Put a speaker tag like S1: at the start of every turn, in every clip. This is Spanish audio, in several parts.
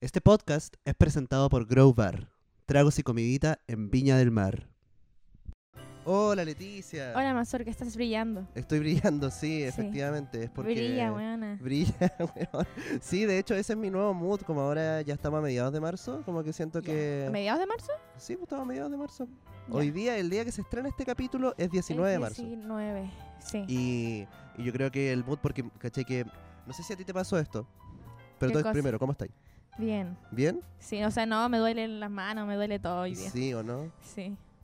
S1: Este podcast es presentado por Grow Bar, tragos y comidita en Viña del Mar. Hola Leticia.
S2: Hola, Mazor, que estás brillando.
S1: Estoy brillando, sí,
S2: Sí.
S1: efectivamente. Es porque
S2: Brilla, weona.
S1: Brilla, weón. Sí, de hecho ese es mi nuevo mood, como ahora ya estamos a mediados de marzo, como que siento
S2: ¿A
S1: que...
S2: mediados de marzo?
S1: Sí, pues estamos a mediados de marzo.
S2: Ya.
S1: Hoy día, el día que se estrena este capítulo es 19 de
S2: El
S1: marzo.
S2: 19, sí.
S1: Y, y yo creo que el mood, porque caché que... No sé si a ti te pasó esto, pero
S2: ¿Qué
S1: tú
S2: cosa?
S1: primero, ¿cómo estáis?
S2: Bien.
S1: ¿Bien?
S2: Sí, o sea, no, me duelen las manos, me duele todo hoy día. Sí.
S1: Sí o no.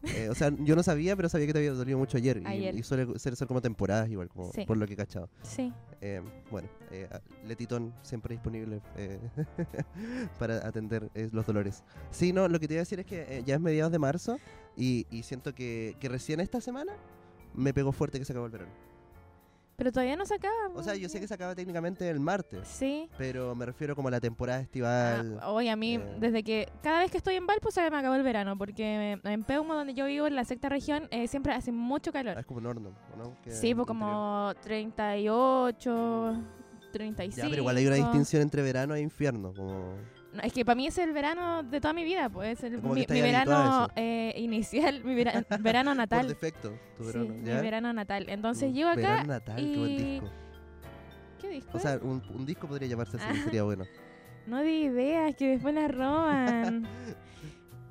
S1: Eh, o sea, yo no sabía, pero sabía que te había dolido mucho ayer. y-
S2: Ayer.
S1: Y, suele ser, ser como temporadas igual, como
S2: Sí.
S1: por lo que he cachado.
S2: Sí,
S1: Eh, bueno, eh, a- Letitón siempre disponible eh, para atender eh, los dolores. Sí, no, lo que te iba a decir es que eh, ya es mediados de marzo y, y siento que, que recién esta semana me pegó fuerte que se acabó el verano.
S2: Pero todavía no se acaba.
S1: O sea, yo sé que se acaba técnicamente el martes,
S2: Sí.
S1: pero me refiero como a la temporada
S2: Ah,
S1: estival.
S2: hoy a mí,
S1: eh.
S2: desde que cada vez que estoy en Valpo se me acabó el verano, porque en Peumo, donde yo vivo, en la sexta región, eh, siempre hace mucho
S1: Ah,
S2: calor.
S1: es como un horno, ¿o ¿no? Que
S2: Sí,
S1: interior.
S2: pues como 38, 35.
S1: Ya, pero igual hay una distinción entre verano e infierno. Como...
S2: No, es que para mí es el verano de toda mi vida, pues el-
S1: Como que
S2: mi,
S1: estáis
S2: mi
S1: habituada a
S2: verano
S1: eso.
S2: eh, inicial, mi vera- verano
S1: Por
S2: natal.
S1: defecto, tu
S2: Sí,
S1: verano.
S2: mi
S1: ¿ya?
S2: verano natal. Entonces
S1: Mm,
S2: llego acá.
S1: Verano natal, qué buen
S2: y-
S1: disco.
S2: ¿Qué disco?
S1: O sea, un, un disco podría llamarse así,
S2: Ah.
S1: sería bueno.
S2: no di ideas que después las roban.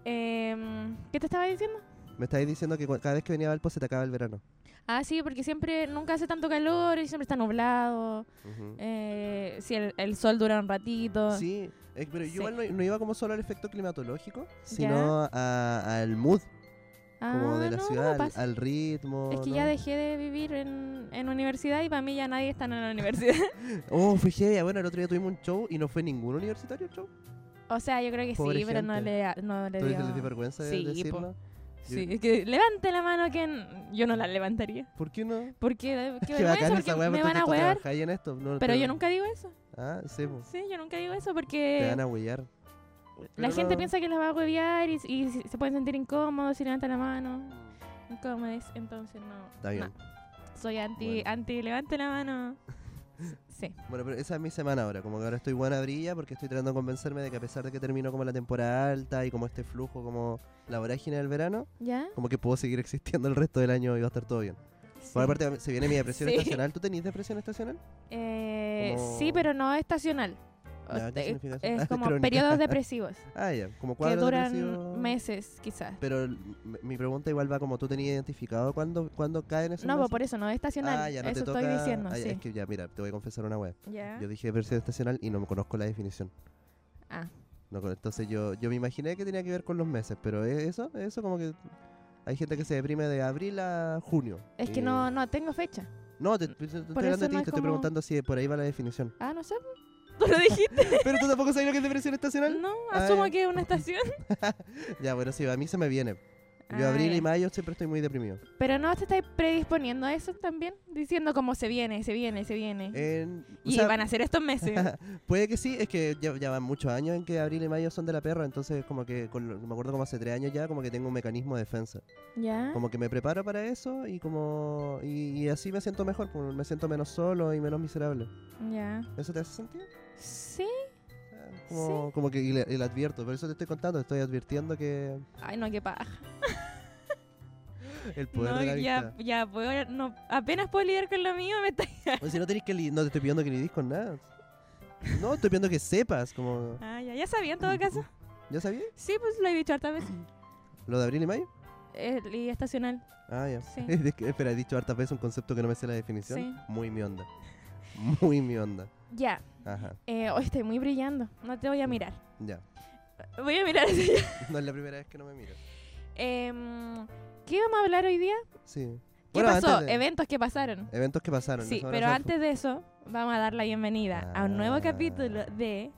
S2: Em, ¿Qué te estaba diciendo?
S1: Me estáis diciendo que cua- cada vez que venía a Valpo se te acaba el verano.
S2: Ah, sí, porque siempre nunca hace tanto calor y siempre está nublado.
S1: Ujú.
S2: Eh, sí, el, el sol dura un ratito.
S1: Sí, eh, pero yo
S2: Sí.
S1: igual no, no iba como solo al efecto climatológico, sino a- al mood,
S2: Ah,
S1: como de la
S2: no, no me
S1: ciudad, al,
S2: pasa.
S1: al ritmo.
S2: es que
S1: ¿no?
S2: ya dejé de vivir en, en universidad y para mí ya nadie está en la universidad.
S1: Oh, fue heavy. Bueno, el otro día tuvimos un show y no fue ningún universitario el show.
S2: O sea, yo creo que
S1: Pobre
S2: sí, pero no
S1: gente.
S2: le, no le
S1: ¿Tú
S2: dio...
S1: les di vergüenza de
S2: Sí, po.
S1: decirlo?
S2: Sí, es que levante la mano que n- yo no la levantaría.
S1: ¿Por qué no?
S2: Porque qué
S1: Qué
S2: vergüenza,
S1: bacán
S2: porque
S1: esa weá,
S2: me
S1: porque
S2: van a
S1: tú
S2: huear.
S1: trabajáis en esto. no
S2: Pero
S1: te-
S2: yo nunca digo eso.
S1: Ah, sí, po.
S2: Sí, yo nunca digo eso
S1: te
S2: porque
S1: van a huear.
S2: la
S1: Pero
S2: gente
S1: no-
S2: piensa que las va a huevear y, y se pueden sentir incómodos si levantan la mano. Incómodos, entonces no.
S1: Está bien.
S2: no. Soy anti,
S1: Bueno.
S2: anti, levante la mano. Sí.
S1: Bueno, pero esa es mi semana ahora. Como que ahora estoy buena brilla porque estoy tratando de convencerme de que a pesar de que terminó como la temporada alta y como este flujo, como la vorágine del verano,
S2: ¿Ya?
S1: como que puedo seguir existiendo el resto del año y va a estar todo bien. Por
S2: Sí.
S1: aparte, se viene mi depresión
S2: Sí.
S1: estacional. ¿Tú tenés depresión estacional?
S2: Eh,
S1: como-
S2: sí, pero no estacional. O
S1: Ya, Ah, ¿qué
S2: te-
S1: significa eso?
S2: Ah, Es como
S1: Crónica.
S2: periodos depresivos
S1: Ah, ya, como
S2: que
S1: cuadros
S2: duran
S1: depresivos.
S2: meses, quizás.
S1: Pero l- m- mi pregunta igual va como tú tenías identificado cuándo, cuándo caen esos
S2: No, pues
S1: meses?
S2: por eso no es estacional.
S1: Ah, ya no
S2: eso
S1: te toca.
S2: estoy diciendo,
S1: Ah, ya,
S2: sí.
S1: Es que ya, mira, te voy a confesar una wea.
S2: Ya.
S1: Yo dije depresión estacional y no me conozco la definición.
S2: Ah.
S1: No, con- entonces yo, yo me imaginé que tenía que ver con los meses, pero e- eso, eso como que hay gente que se deprime de abril a junio.
S2: Es que
S1: Y-
S2: no, no tengo fecha.
S1: No, te, te- te estoy
S2: Por
S1: hablando de ti,
S2: eso no
S1: te
S2: es
S1: estoy
S2: como-
S1: preguntando si por ahí va la definición.
S2: Ah, no sé. ¿Tú lo dijiste?
S1: pero tú tampoco sabes lo que es depresión estacional.
S2: no,
S1: Ah,
S2: asumo
S1: ya.
S2: que es una estación.
S1: Ya, bueno, sí, a mí se me viene. Yo
S2: Ah,
S1: abril y
S2: ya.
S1: mayo siempre estoy muy deprimido.
S2: Pero no te estáis predisponiendo a eso también, diciendo cómo se viene, se viene, se viene.
S1: En- Eh, o
S2: y
S1: sea,
S2: van a ser estos meses.
S1: puede que sí, es que ya, ya van muchos años en que abril y mayo son de la perra, entonces como que, con lo- me acuerdo como hace tres años ya, como que tengo un mecanismo de defensa.
S2: ¿Ya?
S1: como que me preparo para eso y como y, y así me siento mejor pues, me siento menos solo y menos miserable
S2: ¿Ya?
S1: eso te hace sentido
S2: Sí.
S1: Ah, como, como que y le, y le advierto por eso te estoy contando te estoy advirtiendo que
S2: Ay, no, qué paja.
S1: el poder
S2: No,
S1: de la
S2: ya,
S1: vista
S2: ya, puedo, no, apenas puedo lidiar con lo mío, me estáis...
S1: Oye, si no tenés que li- no te estoy pidiendo que lidís con nada no estoy pidiendo que sepas como
S2: Ah, ya, ya sabía en todo caso.
S1: ya sabía
S2: Sí, pues lo he dicho hartas veces.
S1: lo de abril y mayo
S2: Eh, y estacional.
S1: ah ya
S2: Sí.
S1: Es que, espera he dicho hartas veces un concepto que no me sé la definición
S2: Sí.
S1: muy mi onda muy mi onda
S2: Ya.
S1: ajá
S2: Eh, hoy estoy muy brillando. No te voy a mirar.
S1: ya
S2: Voy a mirar hacia allá.
S1: no es la primera vez que no me miro
S2: Em, ¿Qué vamos a hablar hoy día?
S1: sí
S2: ¿Qué
S1: Bueno,
S2: pasó?
S1: antes de-
S2: Eventos que pasaron.
S1: eventos que pasaron
S2: sí,
S1: eso ahora
S2: pero
S1: se-
S2: antes de eso, vamos a dar la bienvenida a un nuevo
S1: Ah.
S2: capítulo de.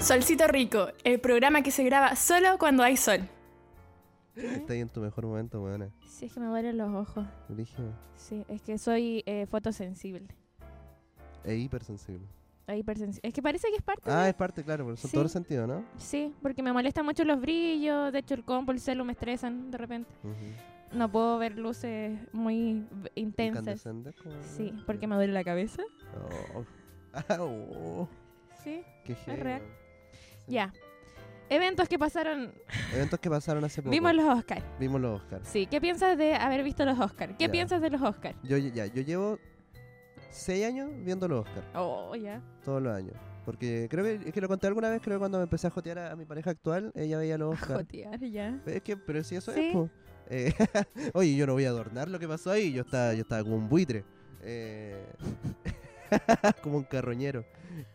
S3: Solcito Rico, el programa que se graba solo cuando hay sol.
S1: Está ahí en tu mejor momento, weona.
S2: Sí, es que me duelen los ojos.
S1: Brígido.
S2: Sí, es que soy eh, fotosensible.
S1: E hipersensible.
S2: e hipersensi- Es que parece que es parte
S1: Ah,
S2: de-
S1: es parte, claro, por eso en
S2: Sí.
S1: todo el sentido, ¿no?
S2: Sí, porque me molestan mucho los brillos. De hecho, el combo, el celu me estresan de repente.
S1: Ujú.
S2: No puedo ver luces muy v- intensas.
S1: Incandescente, como-
S2: Sí, porque me duele la cabeza.
S1: Oh, Au,
S2: Sí,
S1: qué heavy,
S2: real.
S1: weón. Sí.
S2: ya. Eventos que pasaron.
S1: Eventos que pasaron hace poco.
S2: Vimos los Oscars.
S1: Vimos los Oscars.
S2: Sí, ¿qué piensas de haber visto los Oscars? ¿Qué
S1: Ya.
S2: piensas de los Oscars?
S1: Yo, ya, yo llevo seis años viendo los Oscars.
S2: Oh, ya.
S1: todos los años. Porque creo que, es que lo conté alguna vez, creo que cuando me empecé a jotear a, a mi pareja actual, ella veía los Oscar.
S2: Jotear, ya.
S1: Es que, pero si eso
S2: Sí.
S1: es, po. Eh, oye, yo no voy a adornar lo que pasó ahí, yo estaba, yo estaba como un buitre. Eh, como un carroñero.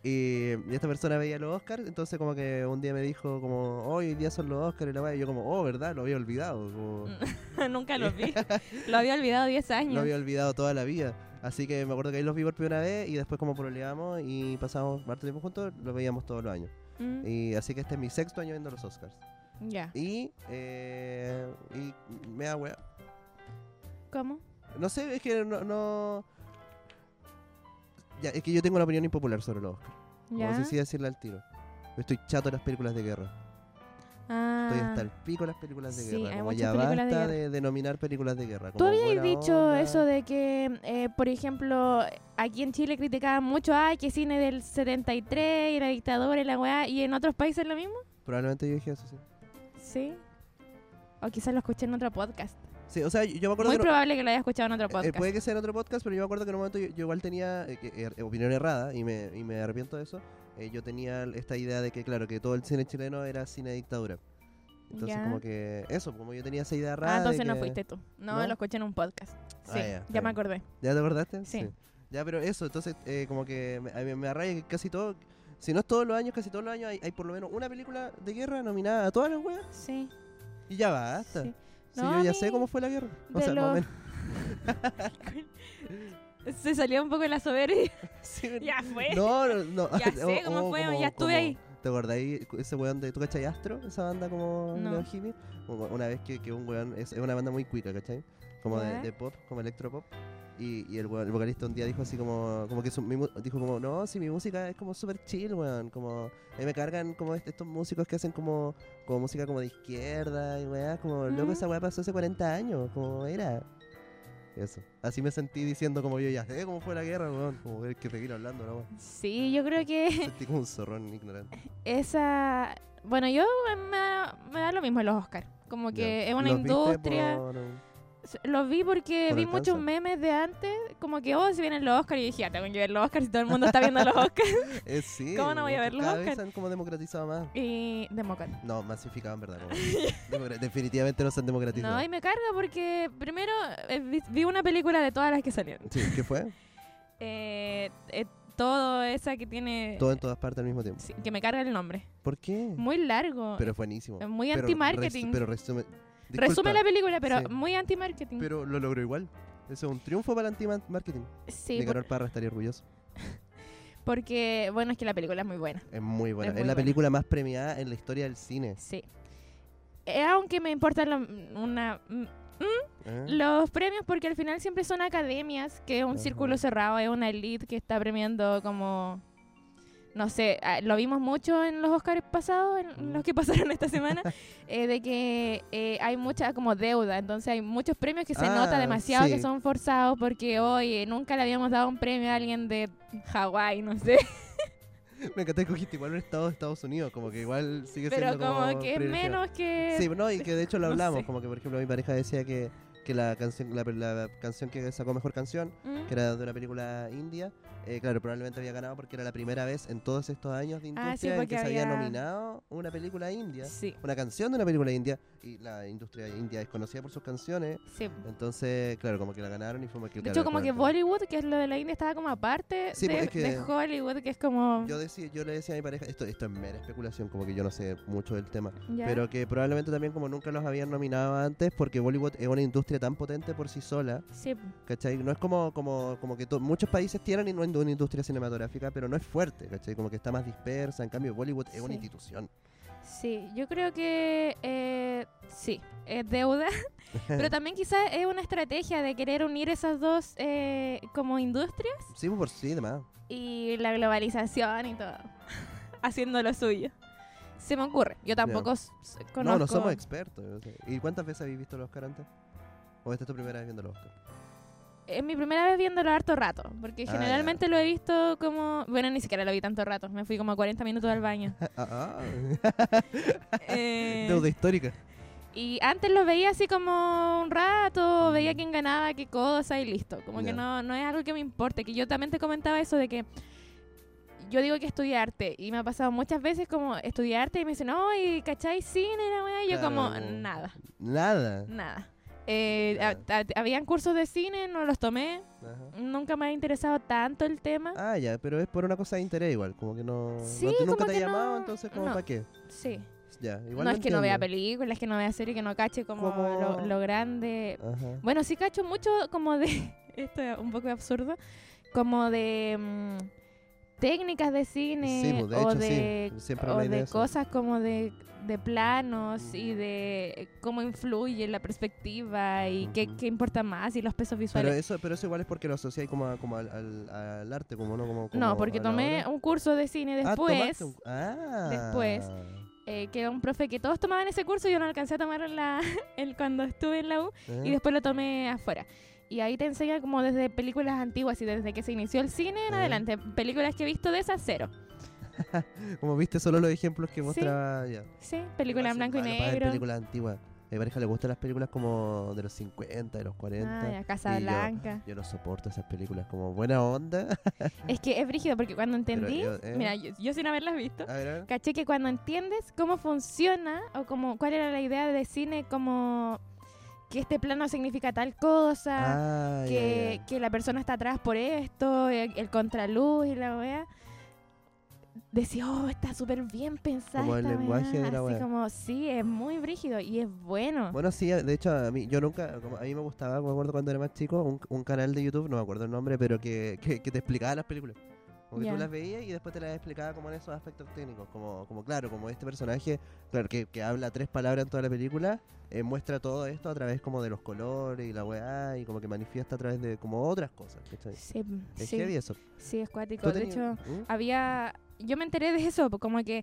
S1: Y, y esta persona veía los Oscars, entonces como que un día me dijo como, "Oh, hoy día son los Oscars y la weá", y yo como, oh, ¿verdad? Lo había olvidado. como-
S2: Nunca los vi. Lo había olvidado 10 años.
S1: lo había olvidado toda la vida. Así que me acuerdo que ahí los vi por primera vez y después como proleamos y pasamos harto tiempo juntos, los veíamos todos los años.
S2: Mm,
S1: Y así que este es mi sexto año viendo los Oscars.
S2: ya.
S1: Y, eh, y me da wea.
S2: ¿Cómo?
S1: No sé, es que no, no- Ya, es que yo tengo una opinión impopular sobre los Oscars.
S2: Ya.
S1: No sé si decirle al tiro. Estoy chato de las películas de guerra.
S2: Ah.
S1: Estoy hasta el pico de las películas de
S2: Sí,
S1: guerra.
S2: hay
S1: Como
S2: muchas
S1: ya
S2: películas de
S1: basta
S2: guerra.
S1: de, denominar películas de guerra.
S2: Tú
S1: Como
S2: habías
S1: buena
S2: dicho
S1: onda.
S2: eso de que, eh, por ejemplo, aquí en Chile criticaban mucho, ay, que cine del 73 y la dictadura y la weá, y en otros países lo mismo.
S1: Probablemente yo dije eso, sí.
S2: Sí. O quizás lo escuché en otro podcast.
S1: Sí, o sea, yo yo me acuerdo
S2: Muy
S1: que no-
S2: probable que lo haya escuchado en otro
S1: Eh,
S2: podcast.
S1: puede que sea en otro podcast, pero yo me acuerdo que en un momento yo, yo igual tenía eh, que- er- opinión errada y me, y me arrepiento de eso. Eh, yo tenía esta idea de que, claro, que todo el cine chileno era cine de dictadura. Entonces,
S2: Ya.
S1: como que eso, como yo tenía esa idea rara.
S2: ah,
S1: de
S2: entonces no
S1: que-
S2: fuiste tú. No,
S1: ¿No?
S2: lo escuché en un podcast.
S1: Ah,
S2: Sí,
S1: ya,
S2: ya,
S1: está
S2: me
S1: bien.
S2: acordé.
S1: ¿Ya te acordaste?
S2: Sí.
S1: Ya, pero eso, entonces, eh, como que me, a mí me arraiga que casi todo. Si no es todos los años, casi todos los años hay, hay por lo menos una película de guerra nominada a todas las weas
S2: Sí.
S1: y ya basta.
S2: Sí.
S1: Si
S2: No,
S1: yo
S2: a
S1: ya
S2: mí
S1: sé cómo fue la guerra. O
S2: de
S1: sea, más o
S2: lo-
S1: menos.
S2: Se salió un poco la soberbia.
S1: Sí,
S2: ya fue.
S1: No, no, no. Oh,
S2: Ya sé cómo fue, ya estuve ahí.
S1: ¿Te acordáis ese weón de. ¿Tú cachai Astro? Esa banda como
S2: No.
S1: Neo Hippie. Como Una vez que, que un weón. Es, es una banda muy cuica, ¿cachai? Como de,
S2: Ya.
S1: de pop, como electropop. Y, y el, weón- el vocalista un día dijo así como. Como que su- mi mu- dijo como. No, si mi música es como súper chill, weón. Como. A mí me cargan como est- estos músicos que hacen como. Como música como de izquierda y weá. Como loco,
S2: Ujú.
S1: esa weá pasó hace 40 años. Como era. Eso. Así me sentí diciendo como yo ya sé cómo fue la guerra, weón. Como que que seguir hablando, ¿no?
S2: Sí, yo creo que
S1: Sentí como un zorrón ignorante.
S2: esa... Bueno, yo eh, me da, me da lo mismo en los Oscars. Como que
S1: Ya.
S2: es una
S1: ¿Los viste
S2: industria...
S1: por-
S2: S- Los vi porque
S1: Por
S2: vi
S1: alcanza.
S2: muchos memes de antes, como que, oh, si vienen los Oscars, y dije, ya, tengo que ver los Oscars, si todo el mundo está viendo los Oscars.
S1: Eh, sí,
S2: ¿Cómo no voy a ver los
S1: cada vez
S2: Oscar?
S1: se han como democratizado más.
S2: Y demócrata.
S1: No, masificado en verdad. como- Democra- Definitivamente no se han democratizado.
S2: No, y me carga porque primero eh, vi, vi una película de todas las que salieron.
S1: Sí, ¿qué fue?
S2: Eh, eh, todo esa que tiene...
S1: Todo en todas partes al mismo tiempo.
S2: Sí, que me carga el nombre.
S1: ¿Por qué?
S2: Muy largo.
S1: pero es buenísimo.
S2: es muy
S1: Pero
S2: anti-marketing.
S1: res- Pero resume.
S2: Resume
S1: Disculpa,
S2: la película, pero
S1: Sí.
S2: muy anti-marketing.
S1: Pero lo logró igual. Eso es un triunfo para el anti-marketing.
S2: sí,
S1: De
S2: por-
S1: Carol Parra estaría orgulloso.
S2: porque, bueno, es que la película es muy buena.
S1: Es muy buena.
S2: Es
S1: Es,
S2: muy
S1: la
S2: buena.
S1: película más premiada en la historia del cine.
S2: Sí. Eh, aunque me importan lo- una,
S1: ¿eh?
S2: los premios porque al final siempre son academias, que es un
S1: Ajá.
S2: círculo cerrado, es una elite que está premiando como... No sé, ah, lo vimos mucho en los Oscars pasados, en
S1: Mm.
S2: los que pasaron esta semana, eh, de que eh, hay mucha como deuda, entonces hay muchos premios que se
S1: Ah,
S2: nota demasiado que
S1: sí.
S2: son forzados porque hoy nunca le habíamos dado un premio a alguien de Hawái, no sé,
S1: Me encanta que cogiste igual un estado de Estados Unidos. Como que igual sigue
S2: pero
S1: siendo como.
S2: como que es
S1: privilegiado.
S2: menos que...
S1: Sí, no, y que de hecho lo
S2: no
S1: hablamos,
S2: sé.
S1: como que por ejemplo mi pareja decía que, que la canción la, la canción que sacó mejor canción,
S2: ¿Mm?
S1: que era de una película india, eh, claro, probablemente había ganado porque era la primera vez en todos estos años de industria
S2: Ah, sí,
S1: en que
S2: porque
S1: se había
S2: había-
S1: nominado una película india,
S2: Sí,
S1: una canción de una película india, y la industria india es conocida por sus canciones,
S2: sí.
S1: entonces, claro, como que la ganaron y fue como que...
S2: De
S1: claro,
S2: hecho, como que
S1: claramente-
S2: Bollywood, que es lo de la India, estaba como aparte
S1: Sí,
S2: de,
S1: pues, es que-
S2: de Hollywood, que es como...
S1: Yo, decía, yo le decía a mi pareja, esto, esto es mera especulación, como que yo no sé mucho del tema,
S2: ¿ya?
S1: pero que probablemente también como nunca los habían nominado antes, porque Bollywood es una industria tan potente por sí sola,
S2: Sí,
S1: ¿Cachai? No es como, como, como que to- muchos países tienen y no hay una industria cinematográfica, pero no es fuerte, ¿cachai? Como que está más dispersa. En cambio, Bollywood es una
S2: Sí.
S1: institución.
S2: sí. Yo creo que eh, sí, es deuda, pero también quizás es una estrategia de querer unir esas dos eh, como industrias
S1: Sí, por sí, demás.
S2: y la globalización y todo, haciendo lo suyo. Se me ocurre. Yo tampoco s- s- conozco...
S1: No, no somos expertos. o sea. ¿Y cuántas veces habéis visto los Oscar antes? ¿O esta es tu primera vez viendo los Oscar?
S2: es mi primera vez viéndolo harto rato, porque
S1: Ah,
S2: generalmente lo he visto como, bueno, ni siquiera lo vi tanto rato, me fui como a 40 minutos al baño.
S1: Ah,
S2: Eh,
S1: Deuda histórica.
S2: y antes lo veía así como un rato, veía quién ganaba, qué cosa y listo. Como
S1: Ya.
S2: que no, no es algo que me importe, que yo también te comentaba eso de que yo digo que estudié arte y me ha pasado muchas veces como estudié arte y me dicen, no, y cachai cine, la weá", y yo como,
S1: Claro.
S2: nada,
S1: Nada.
S2: nada. Eh,
S1: Nada.
S2: a- a- habían cursos de cine, no los tomé,
S1: Ajá.
S2: nunca me ha interesado tanto el tema.
S1: Ah, ya, pero es por una cosa de interés igual, como que no... no
S2: Sí,
S1: te- nunca
S2: como
S1: te ha
S2: que
S1: llamado,
S2: no-
S1: entonces como
S2: no.
S1: para qué.
S2: Sí.
S1: Ya, igual lo
S2: no es que no vea
S1: entiendo.
S2: películas, es que no vea series, que no cache como,
S1: Como-
S2: Lo, lo grande.
S1: Ajá.
S2: Bueno, sí cacho mucho como de, esto es un poco absurdo, como de mm, técnicas de cine
S1: Sí, pues, de
S2: o
S1: hecho,
S2: de,
S1: sí. Siempre
S2: o
S1: habláis de
S2: de
S1: eso.
S2: cosas como de, de planos y
S1: Ujú.
S2: de cómo influye la perspectiva y qué,
S1: Ujú.
S2: qué importa más y los pesos
S1: Pero
S2: visuales.
S1: eso, pero eso igual es porque lo asociáis como, a- como al, al- al arte, como no como...
S2: no,
S1: como
S2: porque
S1: a la
S2: tomé
S1: obra.
S2: un curso de cine
S1: Ah,
S2: después,
S1: tomaste un- Ah.
S2: después. eh, que era un profe que todos tomaban ese curso, yo no alcancé a tomar en la, el, cuando estuve en la U.
S1: Ah.
S2: y después lo tomé afuera. Y ahí te enseña como desde películas antiguas y desde que se inició el cine en
S1: Ah.
S2: adelante. Películas que he visto de esas, cero.
S1: Como viste, solo los ejemplos que
S2: Sí.
S1: mostraba... Ya.
S2: Sí, películas en
S1: Igual
S2: blanco y
S1: soy malo para ver
S2: negro.
S1: películas antiguas. A mi pareja le gustan las películas como de los 50, de los 40.
S2: Ah, ya, Casa
S1: y yo-
S2: Blanca.
S1: Yo no soporto esas películas como buena onda.
S2: Es que es brígido porque cuando
S1: ah. Pero
S2: entendí,
S1: yo, eh, Ah.
S2: mira, yo, yo sin haberlas visto,
S1: a ver, a ver.
S2: caché que cuando entiendes cómo funciona o como cuál era la idea de cine, como que este plano significa tal cosa,
S1: Ah, ya,
S2: que,
S1: ya.
S2: que la persona está atrás por esto, el, el contraluz y la wea. Decía, oh, está súper bien pensada.
S1: Como el
S2: esta
S1: lenguaje de
S2: weá",
S1: la
S2: Así
S1: wea.
S2: como, sí, es muy brígido y es bueno.
S1: Bueno, sí, de hecho, a mí, yo nunca, como a mí me gustaba, me acuerdo cuando era más chico, un, un canal de YouTube, no me acuerdo el nombre, pero que, que, que te explicaba las películas. Como que
S2: Ya.
S1: tú las veías y después te las explicaba como en esos aspectos técnicos. Como, como claro, como este personaje, claro, que, que habla tres palabras en toda la película, eh, muestra todo esto a través como de los colores y la weá, y como que manifiesta a través de como otras cosas, ¿cachai?
S2: Sí,
S1: Es
S2: sí,
S1: heavy eso.
S2: sí, es
S1: ¿Tú
S2: cuático. De
S1: tenías-
S2: hecho,
S1: ¿Mm?
S2: había. Yo me enteré de eso, po, como que,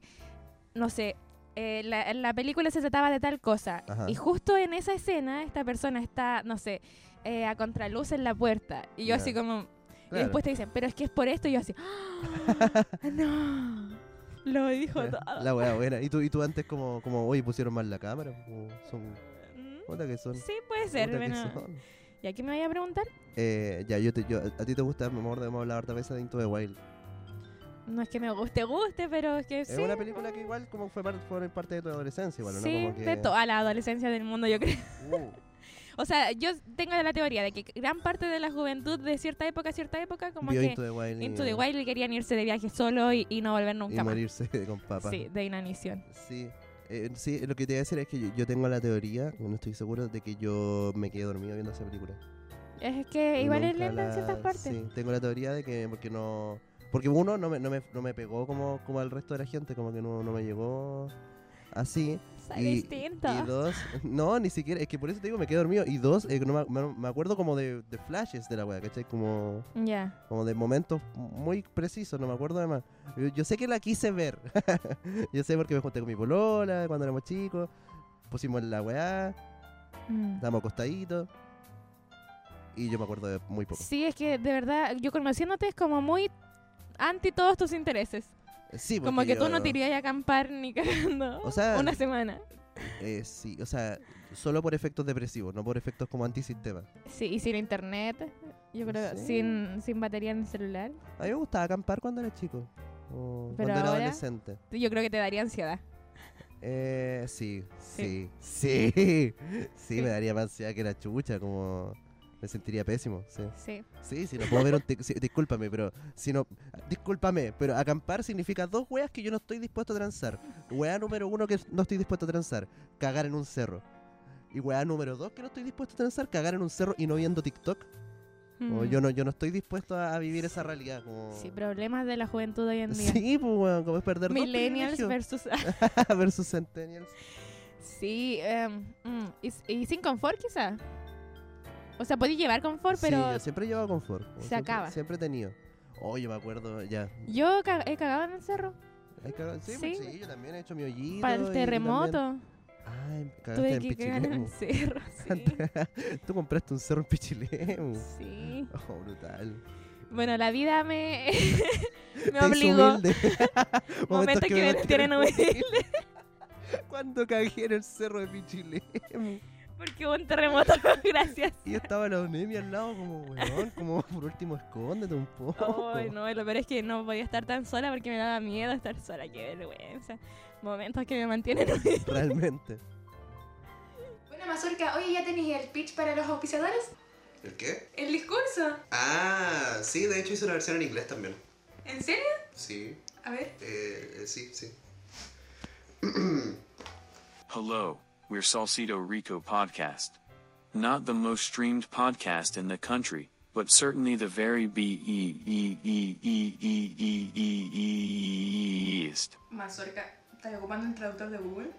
S2: no sé, eh, la, la película se trataba de tal cosa.
S1: Ajá.
S2: Y justo en esa escena, esta persona está, no sé, eh, a contraluz en la puerta. Y yo,
S1: Ya.
S2: así como, Y
S1: Claro.
S2: después te dicen, pero es que es por esto. Y yo así, "Ah, no. Lo dijo
S1: Ya,
S2: todo.
S1: La weá buena. Y tú, y tú antes como, como, oye, pusieron mal la cámara. Como, son,
S2: Mm,
S1: puta que son.
S2: Sí, puede ser.
S1: puta que
S2: bueno.
S1: son.
S2: ¿Y aquí me voy a preguntar?
S1: Eh, ya, yo te, yo, a ti te gusta, me acuerdo, hemos hablado harta veces de Into the Wild.
S2: No es que me guste, guste, pero es que
S1: Es
S2: sí.
S1: una película que igual como fue, par- fue parte de tu adolescencia, igual, ¿o ¿no?
S2: sí,
S1: Como que-
S2: de toda la adolescencia del mundo, yo creo.
S1: Uh,
S2: O sea, yo tengo la teoría de que gran parte de la juventud de cierta época a cierta época, como
S1: vio
S2: que
S1: Into the Wild. y-
S2: Into the Wild y querían irse de viaje solo y, y no volver
S1: Y
S2: nunca más.
S1: morirse con papá.
S2: Sí, de inanición.
S1: Sí. Eh, sí, lo que te voy a decir es que yo, yo tengo la teoría, no estoy seguro, de que yo me quedé dormido viendo esa película.
S2: Es que igual es
S1: Nunca
S2: lenta en
S1: la-
S2: ciertas partes.
S1: Sí, tengo la teoría de que porque no... Porque uno no me, no me, no me pegó como, como al resto de la gente, como que no, no me llegó así.
S2: Sale
S1: y,
S2: distinto.
S1: y dos, no, ni siquiera, es que por eso te digo, me quedé dormido. Y dos, eh, no me, me- me acuerdo como de, de flashes de la wea, ¿cachai? Como,
S2: Ya.
S1: como de momentos muy precisos, no me acuerdo además. Yo, yo sé que la quise ver. yo sé porque me junté con mi polola cuando éramos chicos. Pusimos la weá,
S2: Mm.
S1: estábamos acostaditos. Y yo me acuerdo de muy poco.
S2: Sí, es que de verdad, yo conociéndote es como muy anti todos tus intereses.
S1: Eh, Sí,
S2: Como
S1: porque
S2: que tú
S1: yo-
S2: no te irías a acampar ni cagando
S1: O sea,
S2: una semana.
S1: eh, sí, o sea, solo por efectos depresivos, no por efectos como antisistema.
S2: Sí, y sin internet, yo creo,
S1: Sí.
S2: sin, sin batería en el celular.
S1: A mí me gustaba acampar cuando era chico, o
S2: Pero
S1: cuando era
S2: ahora-
S1: adolescente.
S2: Yo creo que te daría ansiedad.
S1: Eh, sí, sí,
S2: Sí.
S1: sí, sí,
S2: Sí.
S1: me daría más ansiedad que la chucha, como me sentiría pésimo, sí.
S2: Sí.
S1: Sí, si no puedo ver un... tic- sí, discúlpame, pero si no... Discúlpame, pero acampar significa dos weas que yo no estoy dispuesto a transar. Wea número uno que no estoy dispuesto a transar, cagar en un cerro. Y wea número dos que no estoy dispuesto a transar, cagar en un cerro y no viendo TikTok. Como
S2: Mm.
S1: yo no, yo no estoy dispuesto a a vivir esa realidad. Como...
S2: Sí, problemas de la juventud hoy en día.
S1: Sí, pues, weón, como es perder dos
S2: Millennials
S1: privilegios.
S2: versus... ah,
S1: versus Centennials.
S2: sí, em, mm, y, s- y sin confort quizá. O sea, podéis llevar confort,
S1: Sí,
S2: pero
S1: yo siempre he llevado confort. como
S2: se
S1: siempre-
S2: acaba.
S1: Siempre he tenido. Oye, me acuerdo, ya.
S2: yo ca- he cagado en el cerro
S1: Hay cagado- Sí, pues,
S2: Sí.
S1: sí, yo también he hecho mi hoyito.
S2: para
S1: y
S2: el
S1: también-
S2: terremoto.
S1: Ah, en- cagaste
S2: Tuve
S1: en
S2: que cagar
S1: Pichilemu.
S2: en el cerro, sí.
S1: Tú compraste un cerro en Pichilemu.
S2: Sí.
S1: Oh, brutal.
S2: Bueno, la vida me, me
S1: Te hizo
S2: obligó.
S1: humilde. Momentos
S2: Momentos que me tienen humilde.
S1: Cuando cagué en el cerro de Pichilemu.
S2: Porque hubo un terremoto, gracias.
S1: Y estaba la Onemi al lado como, weón, como por último escóndete un poco.
S2: Ay, no, lo peor es que no podía estar tan sola porque me daba miedo estar sola, qué vergüenza. Momentos que me mantienen humilde.
S1: Realmente.
S3: Bueno, Mazurka, oye, ¿ya tenéis el pitch para los auspiciadores?
S1: ¿El qué?
S3: ¿El discurso?
S1: Ah, sí, de hecho hice una versión en inglés también.
S3: ¿En serio?
S1: Sí, eh,
S3: A ver.
S1: sí, sí.
S4: Hello, we're Salcedo Rico Podcast. Not the most streamed podcast in the country, but certainly the very be e e e e e e e e east.
S3: Mazorca, ¿estás ocupando el traductor de Google?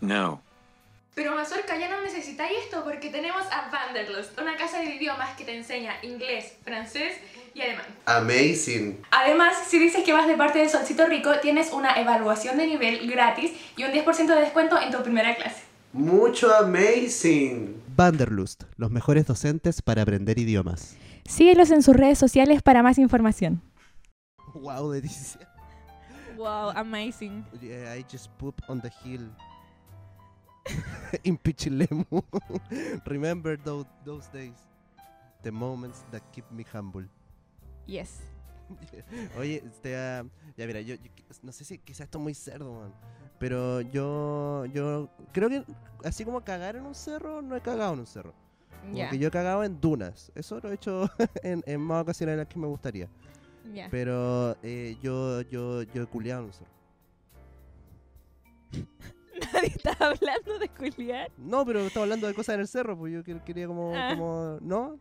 S4: No.
S3: Pero Mazorca, ya no necesitáis esto porque tenemos a Vanderlust, una casa de idiomas que te enseña inglés, francés y alemán.
S1: Amazing.
S3: Además, si dices que vas de parte de Solcito Rico, tienes una evaluación de nivel gratis y un 10% de descuento en tu primera clase.
S1: Mucho amazing. Vanderlust, los mejores docentes para aprender idiomas.
S2: Síguelos en sus redes sociales para más información.
S1: Wow, delicia.
S2: Wow, amazing.
S1: Yeah, I just poop on the hill. In Pichilemu. Remember tho- those days. The moments that keep me humble.
S2: Yes.
S1: Oye, este, ah, ya mira, yo, yo qui- no sé si quizás esto es muy cerdo, man, pero yo, yo creo que así como cagar en un cerro, no he cagado en un cerro. Como
S2: Ya.
S1: que yo he cagado en dunas. Eso lo he hecho en, en más ocasiones de las que me gustaría.
S2: Ya.
S1: Pero eh, yo, yo, yo he culeado en un cerro.
S2: Nadie está hablando de culiar.
S1: No, pero estaba hablando de cosas en el cerro, pues yo que- quería como,
S2: Ah.
S1: como no,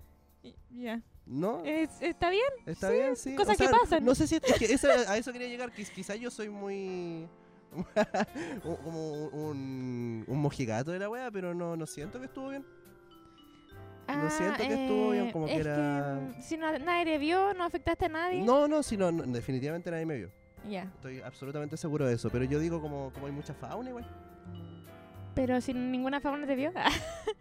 S2: Ya.
S1: no,
S2: Es- ¿Está bien?
S1: está
S2: sí,
S1: bien, sí.
S2: cosas que pasan.
S1: No sé si es es que eso- a eso quería llegar, que quizás yo soy muy un- como un, un mojigato de la wea, pero no, no siento que estuvo bien. Lo siento que estuvo bien, como que
S2: Ah, eh, es
S1: era-
S2: mm, si no- nadie te vio, no afectaste a nadie.
S1: No, no, sí, no, no, definitivamente nadie me vio.
S2: Ya.
S1: Estoy absolutamente seguro de eso, pero yo digo como, como hay mucha fauna igual.
S2: Pero si ninguna fauna te vio. ah.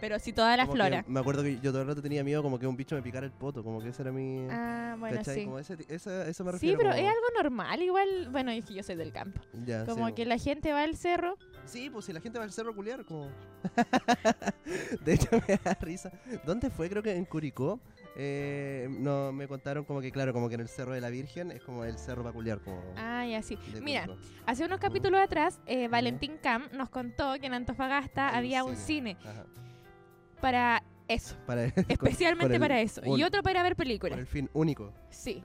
S2: Pero si toda la
S1: Como que
S2: flora.
S1: Me acuerdo que yo todo el rato tenía miedo como que un bicho me picara el poto, como que ese era mi...
S2: Ah, bueno,
S1: ¿cachai?
S2: sí.
S1: Como ese, esa- eso me
S2: Sí,
S1: refiero.
S2: pero
S1: como-
S2: es algo normal, igual, bueno, es que yo soy del campo.
S1: Ya, sí,
S2: Como
S1: po.
S2: que la gente va al cerro.
S1: Sí, pues si la gente va al cerro a culiar, como. de hecho, me da risa. ¿Dónde fue? Creo que en Curicó. Eh, no, me contaron como que, claro, como que en el cerro de la Virgen es como el cerro para culiar. Como
S2: Ah, y así.
S1: de
S2: Mira,
S1: Curicó.
S2: hace unos capítulos atrás, eh, Valentín Cam nos contó que en Antofagasta
S1: Hay un
S2: ah, había un cine
S1: Ajá,
S2: para eso,
S1: para- con-
S2: especialmente
S1: con el-
S2: para eso,
S1: un-
S2: y otro para ver
S1: Con
S2: películas.
S1: el fin único.
S2: Sí.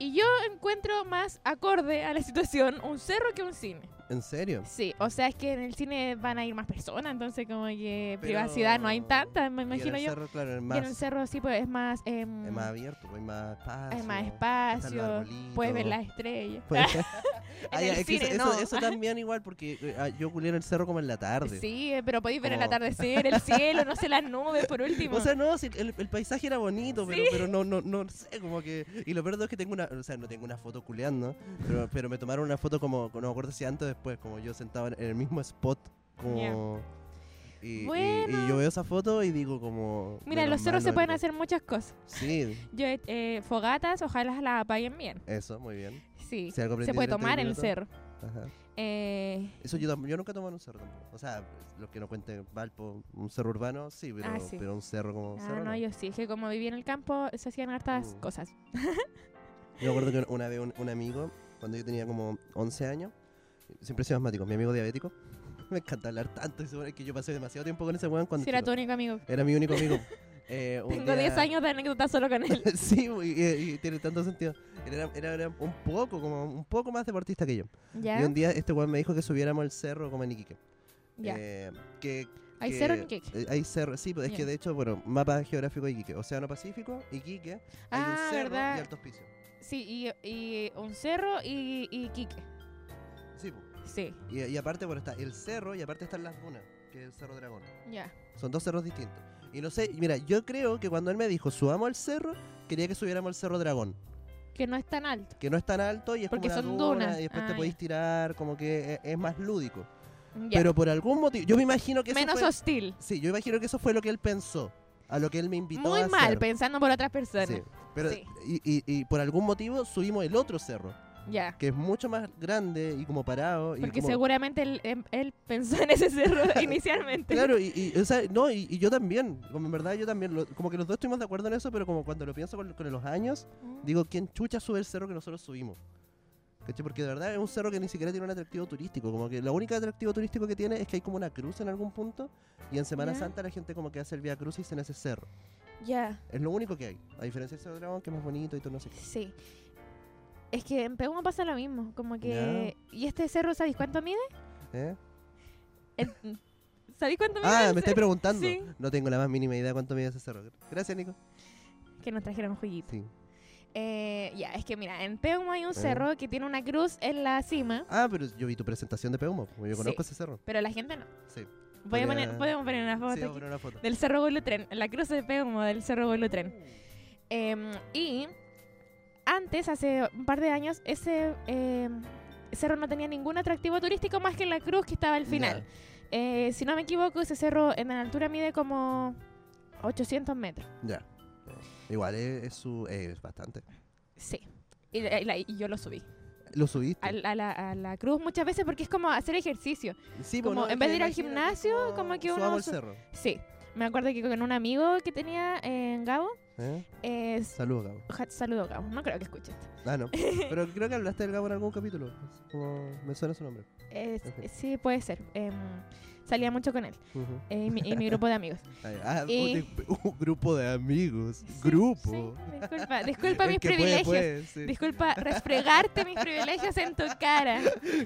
S2: Y yo encuentro más acorde a la situación un cerro que un cine.
S1: ¿En serio?
S2: Sí, o sea, es que en el cine van a ir más personas, entonces como que
S1: Pero-
S2: privacidad no hay tanta, me
S1: Y en
S2: imagino
S1: el
S2: yo.
S1: cerro, claro, es
S2: Y en
S1: más,
S2: el cerro sí, pues es más... em,
S1: es más abierto, pues, hay más espacio.
S2: Hay más
S1: están los
S2: espacio,
S1: arbolitos.
S2: puedes ver las estrellas.
S1: Puedes- Ah,
S2: En
S1: ya,
S2: el
S1: es que eso-
S2: cine,
S1: eso,
S2: no.
S1: eso también igual, porque eh, ah, yo culié en el cerro como en la tarde.
S2: Sí, eh, pero podéis ver el
S1: Como-
S2: atardecer, el cielo, no sé, las nubes por último.
S1: O sea, no, sí, el, el paisaje era bonito, pero, pero no, no, no sé, como que... Y lo peor es que tengo una... O sea, no tengo una foto culeando, pero, pero me tomaron una foto como... No me acuerdo si antes o después, como yo sentado en el mismo spot, como... y- Y, y
S2: Bueno.
S1: yo veo esa foto y digo como...
S2: Mira,
S1: menos
S2: los cerros
S1: mal
S2: se
S1: no
S2: pueden
S1: me-
S2: hacer muchas cosas.
S1: Sí,
S2: Yo, eh, eh, fogatas, ojalá las apaguen bien.
S1: eso, muy bien.
S2: Sí,
S1: Si algo aprendí
S2: se puede
S1: de este
S2: tomar en el
S1: minuto.
S2: cerro.
S1: Ajá.
S2: Eh,
S1: Eso yo, tam- yo nunca he tomado en un cerro tampoco. O sea, los que no cuenten Valpo, un cerro urbano, sí, pero,
S2: Ah, sí.
S1: pero un cerro como...
S2: ah,
S1: cerro,
S2: no,
S1: no.
S2: yo sí, es que como viví en el campo se hacían hartas
S1: Mm.
S2: cosas.
S1: Yo me acuerdo que una vez un, un amigo, cuando yo tenía como 11 años, siempre he sido asmático, mi amigo diabético, me encanta hablar tanto, y seguro que yo pasé demasiado tiempo con ese weón cuando
S2: Si era tu
S1: chico.
S2: único amigo.
S1: Era mi único amigo. Eh, un
S2: Tengo
S1: día-
S2: 10 años de anécdota solo con él.
S1: sí, y, y- y tiene tanto sentido. Era, era, era un poco, como un poco más deportista que yo. Y
S2: ¿Ya?
S1: un día este weón me dijo que subiéramos el cerro como en Iquique.
S2: Ya.
S1: Eh, que,
S2: Hay
S1: que-
S2: cerro en Iquique.
S1: eh, hay cerro, sí, pero es que
S2: Ya.
S1: de hecho, bueno, mapa geográfico de Iquique, Océano Pacífico, Iquique, hay
S2: Ah,
S1: un cerro y
S2: verdad.
S1: altos pisos.
S2: Sí, y, y un cerro y, y Quique.
S1: Sí, pues. po.
S2: Sí,
S1: Y, y aparte, bueno, está el cerro y aparte están las dunas, que es el cerro dragón.
S2: ya.
S1: Son dos cerros distintos. Y no sé, mira, yo creo que cuando él me dijo subamos al cerro, quería que subiéramos al cerro dragón,
S2: Que no es tan alto.
S1: que no es tan alto y es
S2: Porque
S1: como una
S2: son
S1: duna,
S2: dunas.
S1: y después
S2: Ah,
S1: te
S2: ya.
S1: podéis tirar, como que es, es eh, más lúdico.
S2: Ya.
S1: Pero por algún motivo, yo me imagino que eso
S2: Menos
S1: fue,
S2: hostil.
S1: Sí, yo imagino que eso fue lo que él pensó, a lo que él me invitó
S2: Muy
S1: a
S2: mal,
S1: hacer.
S2: pensando por otras personas.
S1: Sí, pero
S2: Sí.
S1: Y, y- y por algún motivo subimos el otro cerro,
S2: Ya.
S1: que es mucho más grande y como parado. y
S2: Porque
S1: como-
S2: seguramente él, em- él pensó en ese cerro inicialmente.
S1: Claro, y, y, o sea, no, y, y yo también, como en verdad yo también, lo- como que los dos estuvimos de acuerdo en eso, pero como cuando lo pienso con, con los años, digo, ¿quién chucha sube el cerro que nosotros subimos? ¿Cachai? Porque de verdad es un cerro que ni siquiera tiene un atractivo turístico, como que lo único atractivo turístico que tiene es que hay como una cruz en algún punto, y en Semana
S2: Ya.
S1: Santa la gente como que hace el Via Crucis en ese cerro.
S2: Ya,
S1: Es lo único que hay, a diferencia del Cerro Dragón, que es más bonito y todo no sé qué.
S2: sí. Es que en Peumo pasa lo mismo. Como que. ¿Y este cerro, sabéis cuánto mide?
S1: ¿Eh?
S2: El- ¿Sabéis cuánto mide?
S1: Ah,
S2: el
S1: me estáis
S2: cerro?
S1: preguntando.
S2: Sí.
S1: No tengo la más mínima idea cuánto mide ese cerro. Gracias, Nico.
S2: Que nos trajeron un jueguito.
S1: Sí.
S2: Eh, ya, es que mira, en Peumo hay un cerro que tiene una cruz en la cima,
S1: Ah, pero yo vi tu presentación de Peumo, porque yo
S2: Sí.
S1: conozco ese cerro.
S2: pero la gente no.
S1: Sí.
S2: Voy
S1: Podría-
S2: a poner, podemos poner una foto
S1: Sí, voy a
S2: aquí.
S1: poner una foto.
S2: del Cerro Golutren, la cruz de Peumo del Cerro Golutren. Em, y antes, hace un par de años, ese em, cerro no tenía ningún atractivo turístico más que la cruz que estaba al final. Eh, si no me equivoco, ese cerro en la altura mide como 800 metros.
S1: Ya. Igual es, es su, es bastante.
S2: Sí. Y, la- y la- y yo lo subí
S1: Lo subiste.
S2: al- a, la, a la cruz muchas veces porque es como hacer ejercicio.
S1: Sí, pues,
S2: como
S1: es
S2: en vez
S1: que
S2: de ir al
S1: imagínate
S2: gimnasio, como que uno
S1: subamos el
S2: su-
S1: cerro.
S2: Sí. Me acuerdo que con un amigo que tenía en Gabo,
S1: ¿Eh?
S2: eh,
S1: Saludos, Gabo.
S2: ja- saludo Gabo, no creo que escuche esto.
S1: Ah, no. Pero creo que hablaste del Gabo en algún capítulo. Es Como me suena su nombre.
S2: Eh, s-
S1: Ujú.
S2: sí, puede ser. Em, salía mucho con él
S1: Ujú.
S2: eh, y, mi, y mi grupo de amigos.
S1: Ah,
S2: Y-
S1: un, un grupo de amigos.
S2: Sí,
S1: grupo.
S2: sí, disculpa, disculpa
S1: El
S2: mis
S1: que puede,
S2: privilegios.
S1: puede, sí.
S2: Disculpa resfregarte mis privilegios en tu cara.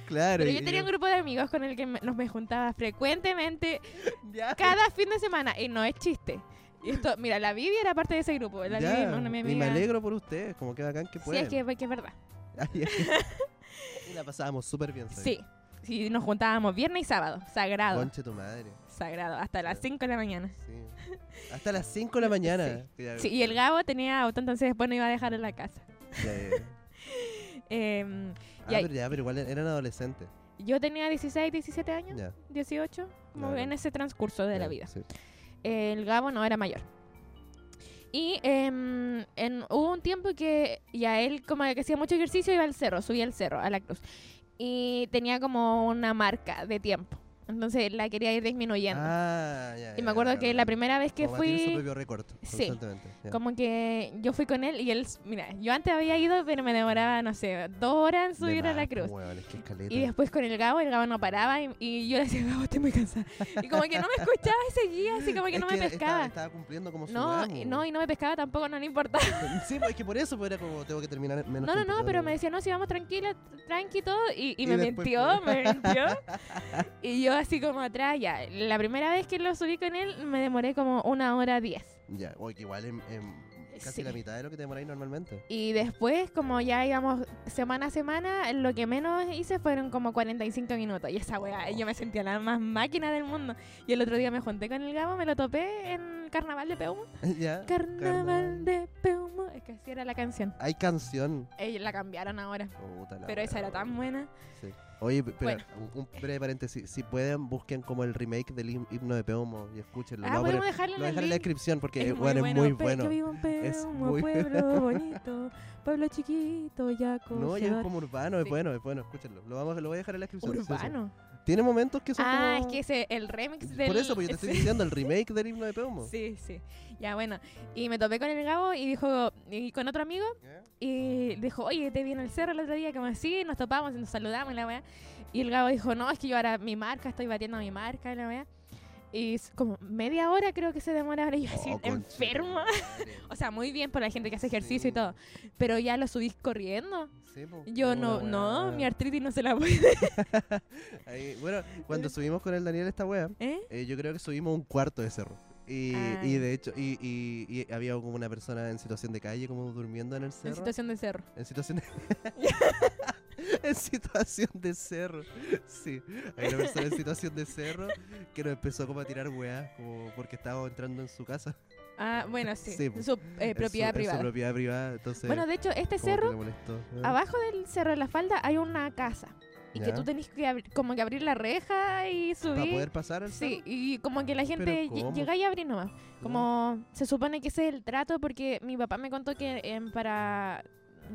S1: Claro.
S2: Pero
S1: y-
S2: yo tenía un grupo de amigos con el que me- nos me juntaba frecuentemente
S1: Ya.
S2: cada fin de semana y no es chiste. Y esto, mira, la Vivi era parte de ese grupo. Pues La
S1: Ya,
S2: Vivi, una de mis
S1: y me
S2: amigas.
S1: alegro por ustedes, como que bacán que
S2: Sí,
S1: pueden.
S2: es que, que es verdad.
S1: Ay, y la pasábamos súper bien. ¿sabes?
S2: Sí. Sí, nos juntábamos viernes y sábado. Sagrado.
S1: Conche tu madre.
S2: Sagrado. Hasta las
S1: Sí.
S2: 5 de la mañana.
S1: Sí. Hasta las 5 de la mañana. Ya,
S2: Sí, y el Gabo tenía auto, entonces después no iba a dejar en la casa.
S1: ya, ya, ya.
S2: Em,
S1: Ah,
S2: Y ahí-
S1: pero ya, pero igual eran adolescentes.
S2: Yo tenía 16, 17 años,
S1: Ya,
S2: 18, como
S1: Claro.
S2: en ese transcurso de
S1: ya,
S2: la vida.
S1: sí.
S2: El Gabo no era mayor. Y em, en- hubo un tiempo que ya él como que hacía mucho ejercicio, iba al cerro, subía al cerro, a la cruz. Y tenía como una marca de tiempo. Entonces la quería ir disminuyendo.
S1: Ah, ya,
S2: y
S1: ya,
S2: me acuerdo
S1: ya,
S2: que
S1: ya.
S2: la primera vez que
S1: Como batir su
S2: fui,
S1: propio récord,
S2: Sí.
S1: constantemente, ya.
S2: como que yo fui con él y él, mira, yo antes había ido, pero me demoraba, no sé, dos horas en
S1: De
S2: subir a la
S1: más,
S2: cruz.
S1: weón, es que escaleta.
S2: Y después con el Gabo, el Gabo no paraba y, y yo le decía, Gabo, estoy muy cansada. Y como que no me escuchaba y seguía, así como que
S1: Es
S2: no me
S1: estaba-
S2: pescaba.
S1: Estaba, cumpliendo como su
S2: no,
S1: ramo.
S2: y- no, y no me pescaba tampoco, no le importaba.
S1: Sí, pues, es que por eso pues, era como tengo que terminar menos
S2: No, no,
S1: tiempo,
S2: no, pero
S1: claro.
S2: me decía, no, si vamos tranquila, tranqui y todo. Y, y
S1: Y
S2: me
S1: después
S2: mintió,
S1: fue.
S2: me mintió. Y yo así como atrás, ya. La primera vez que lo subí con él, me demoré como una hora diez.
S1: Ya, oye, que igual en, en casi
S2: Eh, Sí.
S1: la mitad de lo que te demoráis normalmente.
S2: Y después, como ya íbamos semana a semana, lo que menos hice fueron como 45 minutos. Y esa weá, yo me sentía la más máquina del mundo. Y el otro día me junté con el Gabo, me lo topé en Carnaval de Peumo.
S1: ya.
S2: Carnaval de Peumo. Es que así era la canción.
S1: Hay canción.
S2: Ellos la cambiaron ahora.
S1: Puta la
S2: Pero esa
S1: weá,
S2: era tan
S1: weón.
S2: buena.
S1: Sí. Oye, pero un un breve paréntesis. Si pueden, busquen como el remake del him- himno de Peomo y escúchenlo.
S2: Ah,
S1: lo voy a
S2: podemos
S1: poner-
S2: dejarla
S1: lo
S2: en
S1: voy a
S2: el
S1: dejar en la
S2: link.
S1: descripción porque
S2: Es
S1: eh, weón, es muy bueno.
S2: Yo vivo en
S1: Es
S2: Peumo,
S1: muy-
S2: pueblo bonito, pueblo chiquito, ya
S1: No, y es
S2: acogedor.
S1: como urbano, es
S2: Sí.
S1: bueno, es bueno, escúchenlo. Lo, vamos, lo voy a dejar en la descripción. sí, sí.
S2: Urbano.
S1: Tiene momentos que son
S2: Ah, es
S1: como-
S2: que ese, el remix del...
S1: Por eso, porque yo te
S2: sí.
S1: estoy diciendo el remake del himno de Peomo.
S2: Sí, sí. Ya, bueno. Y me topé con el Gabo y dijo, y con otro amigo,
S1: ¿Eh?
S2: y dijo, oye, te vi en el cerro el otro día, como así, nos topamos, y nos saludamos y la weá. Y el Gabo dijo, no, es que yo ahora mi marca, estoy batiendo mi marca y la weá. Y s- como media hora creo que se demora ahora y yo así,
S1: Oh, conche
S2: enfermo.
S1: madre.
S2: O sea, muy bien por la gente que hace ejercicio
S1: Sí.
S2: y todo. Pero ya lo subís corriendo.
S1: Sí, po,
S2: Yo
S1: es una
S2: no,
S1: Oh, weá.
S2: no, mi artritis no se la puede.
S1: Ahí, bueno, cuando subimos con el Daniel esta wea,
S2: ¿Eh?
S1: eh, yo creo que subimos un cuarto de cerro. Y,
S2: Ah.
S1: y de hecho, y, y- y había como una persona en situación de calle, como durmiendo en el cerro.
S2: En situación de cerro.
S1: En situación de... en situación de cerro. Sí. Hay una persona en situación de cerro que nos empezó como a tirar weas, como porque estábamos entrando en su casa.
S2: Ah, bueno, sí.
S1: Sí, po.
S2: su eh,
S1: En su-
S2: propiedad
S1: en su
S2: privada.
S1: propiedad privada. Entonces,
S2: Bueno, de hecho, este
S1: como que
S2: cerro
S1: le molestó.
S2: Abajo del Cerro de la Falda hay una casa y
S1: Ya.
S2: que tú tenés que abri- como que abrir la reja y
S1: Para
S2: subir.
S1: poder pasar al
S2: Sí,
S1: cerro?
S2: y como que la gente lle-
S1: ¿cómo?
S2: llega y abre nomás. Como se supone que ese es el trato porque mi papá me contó que em, para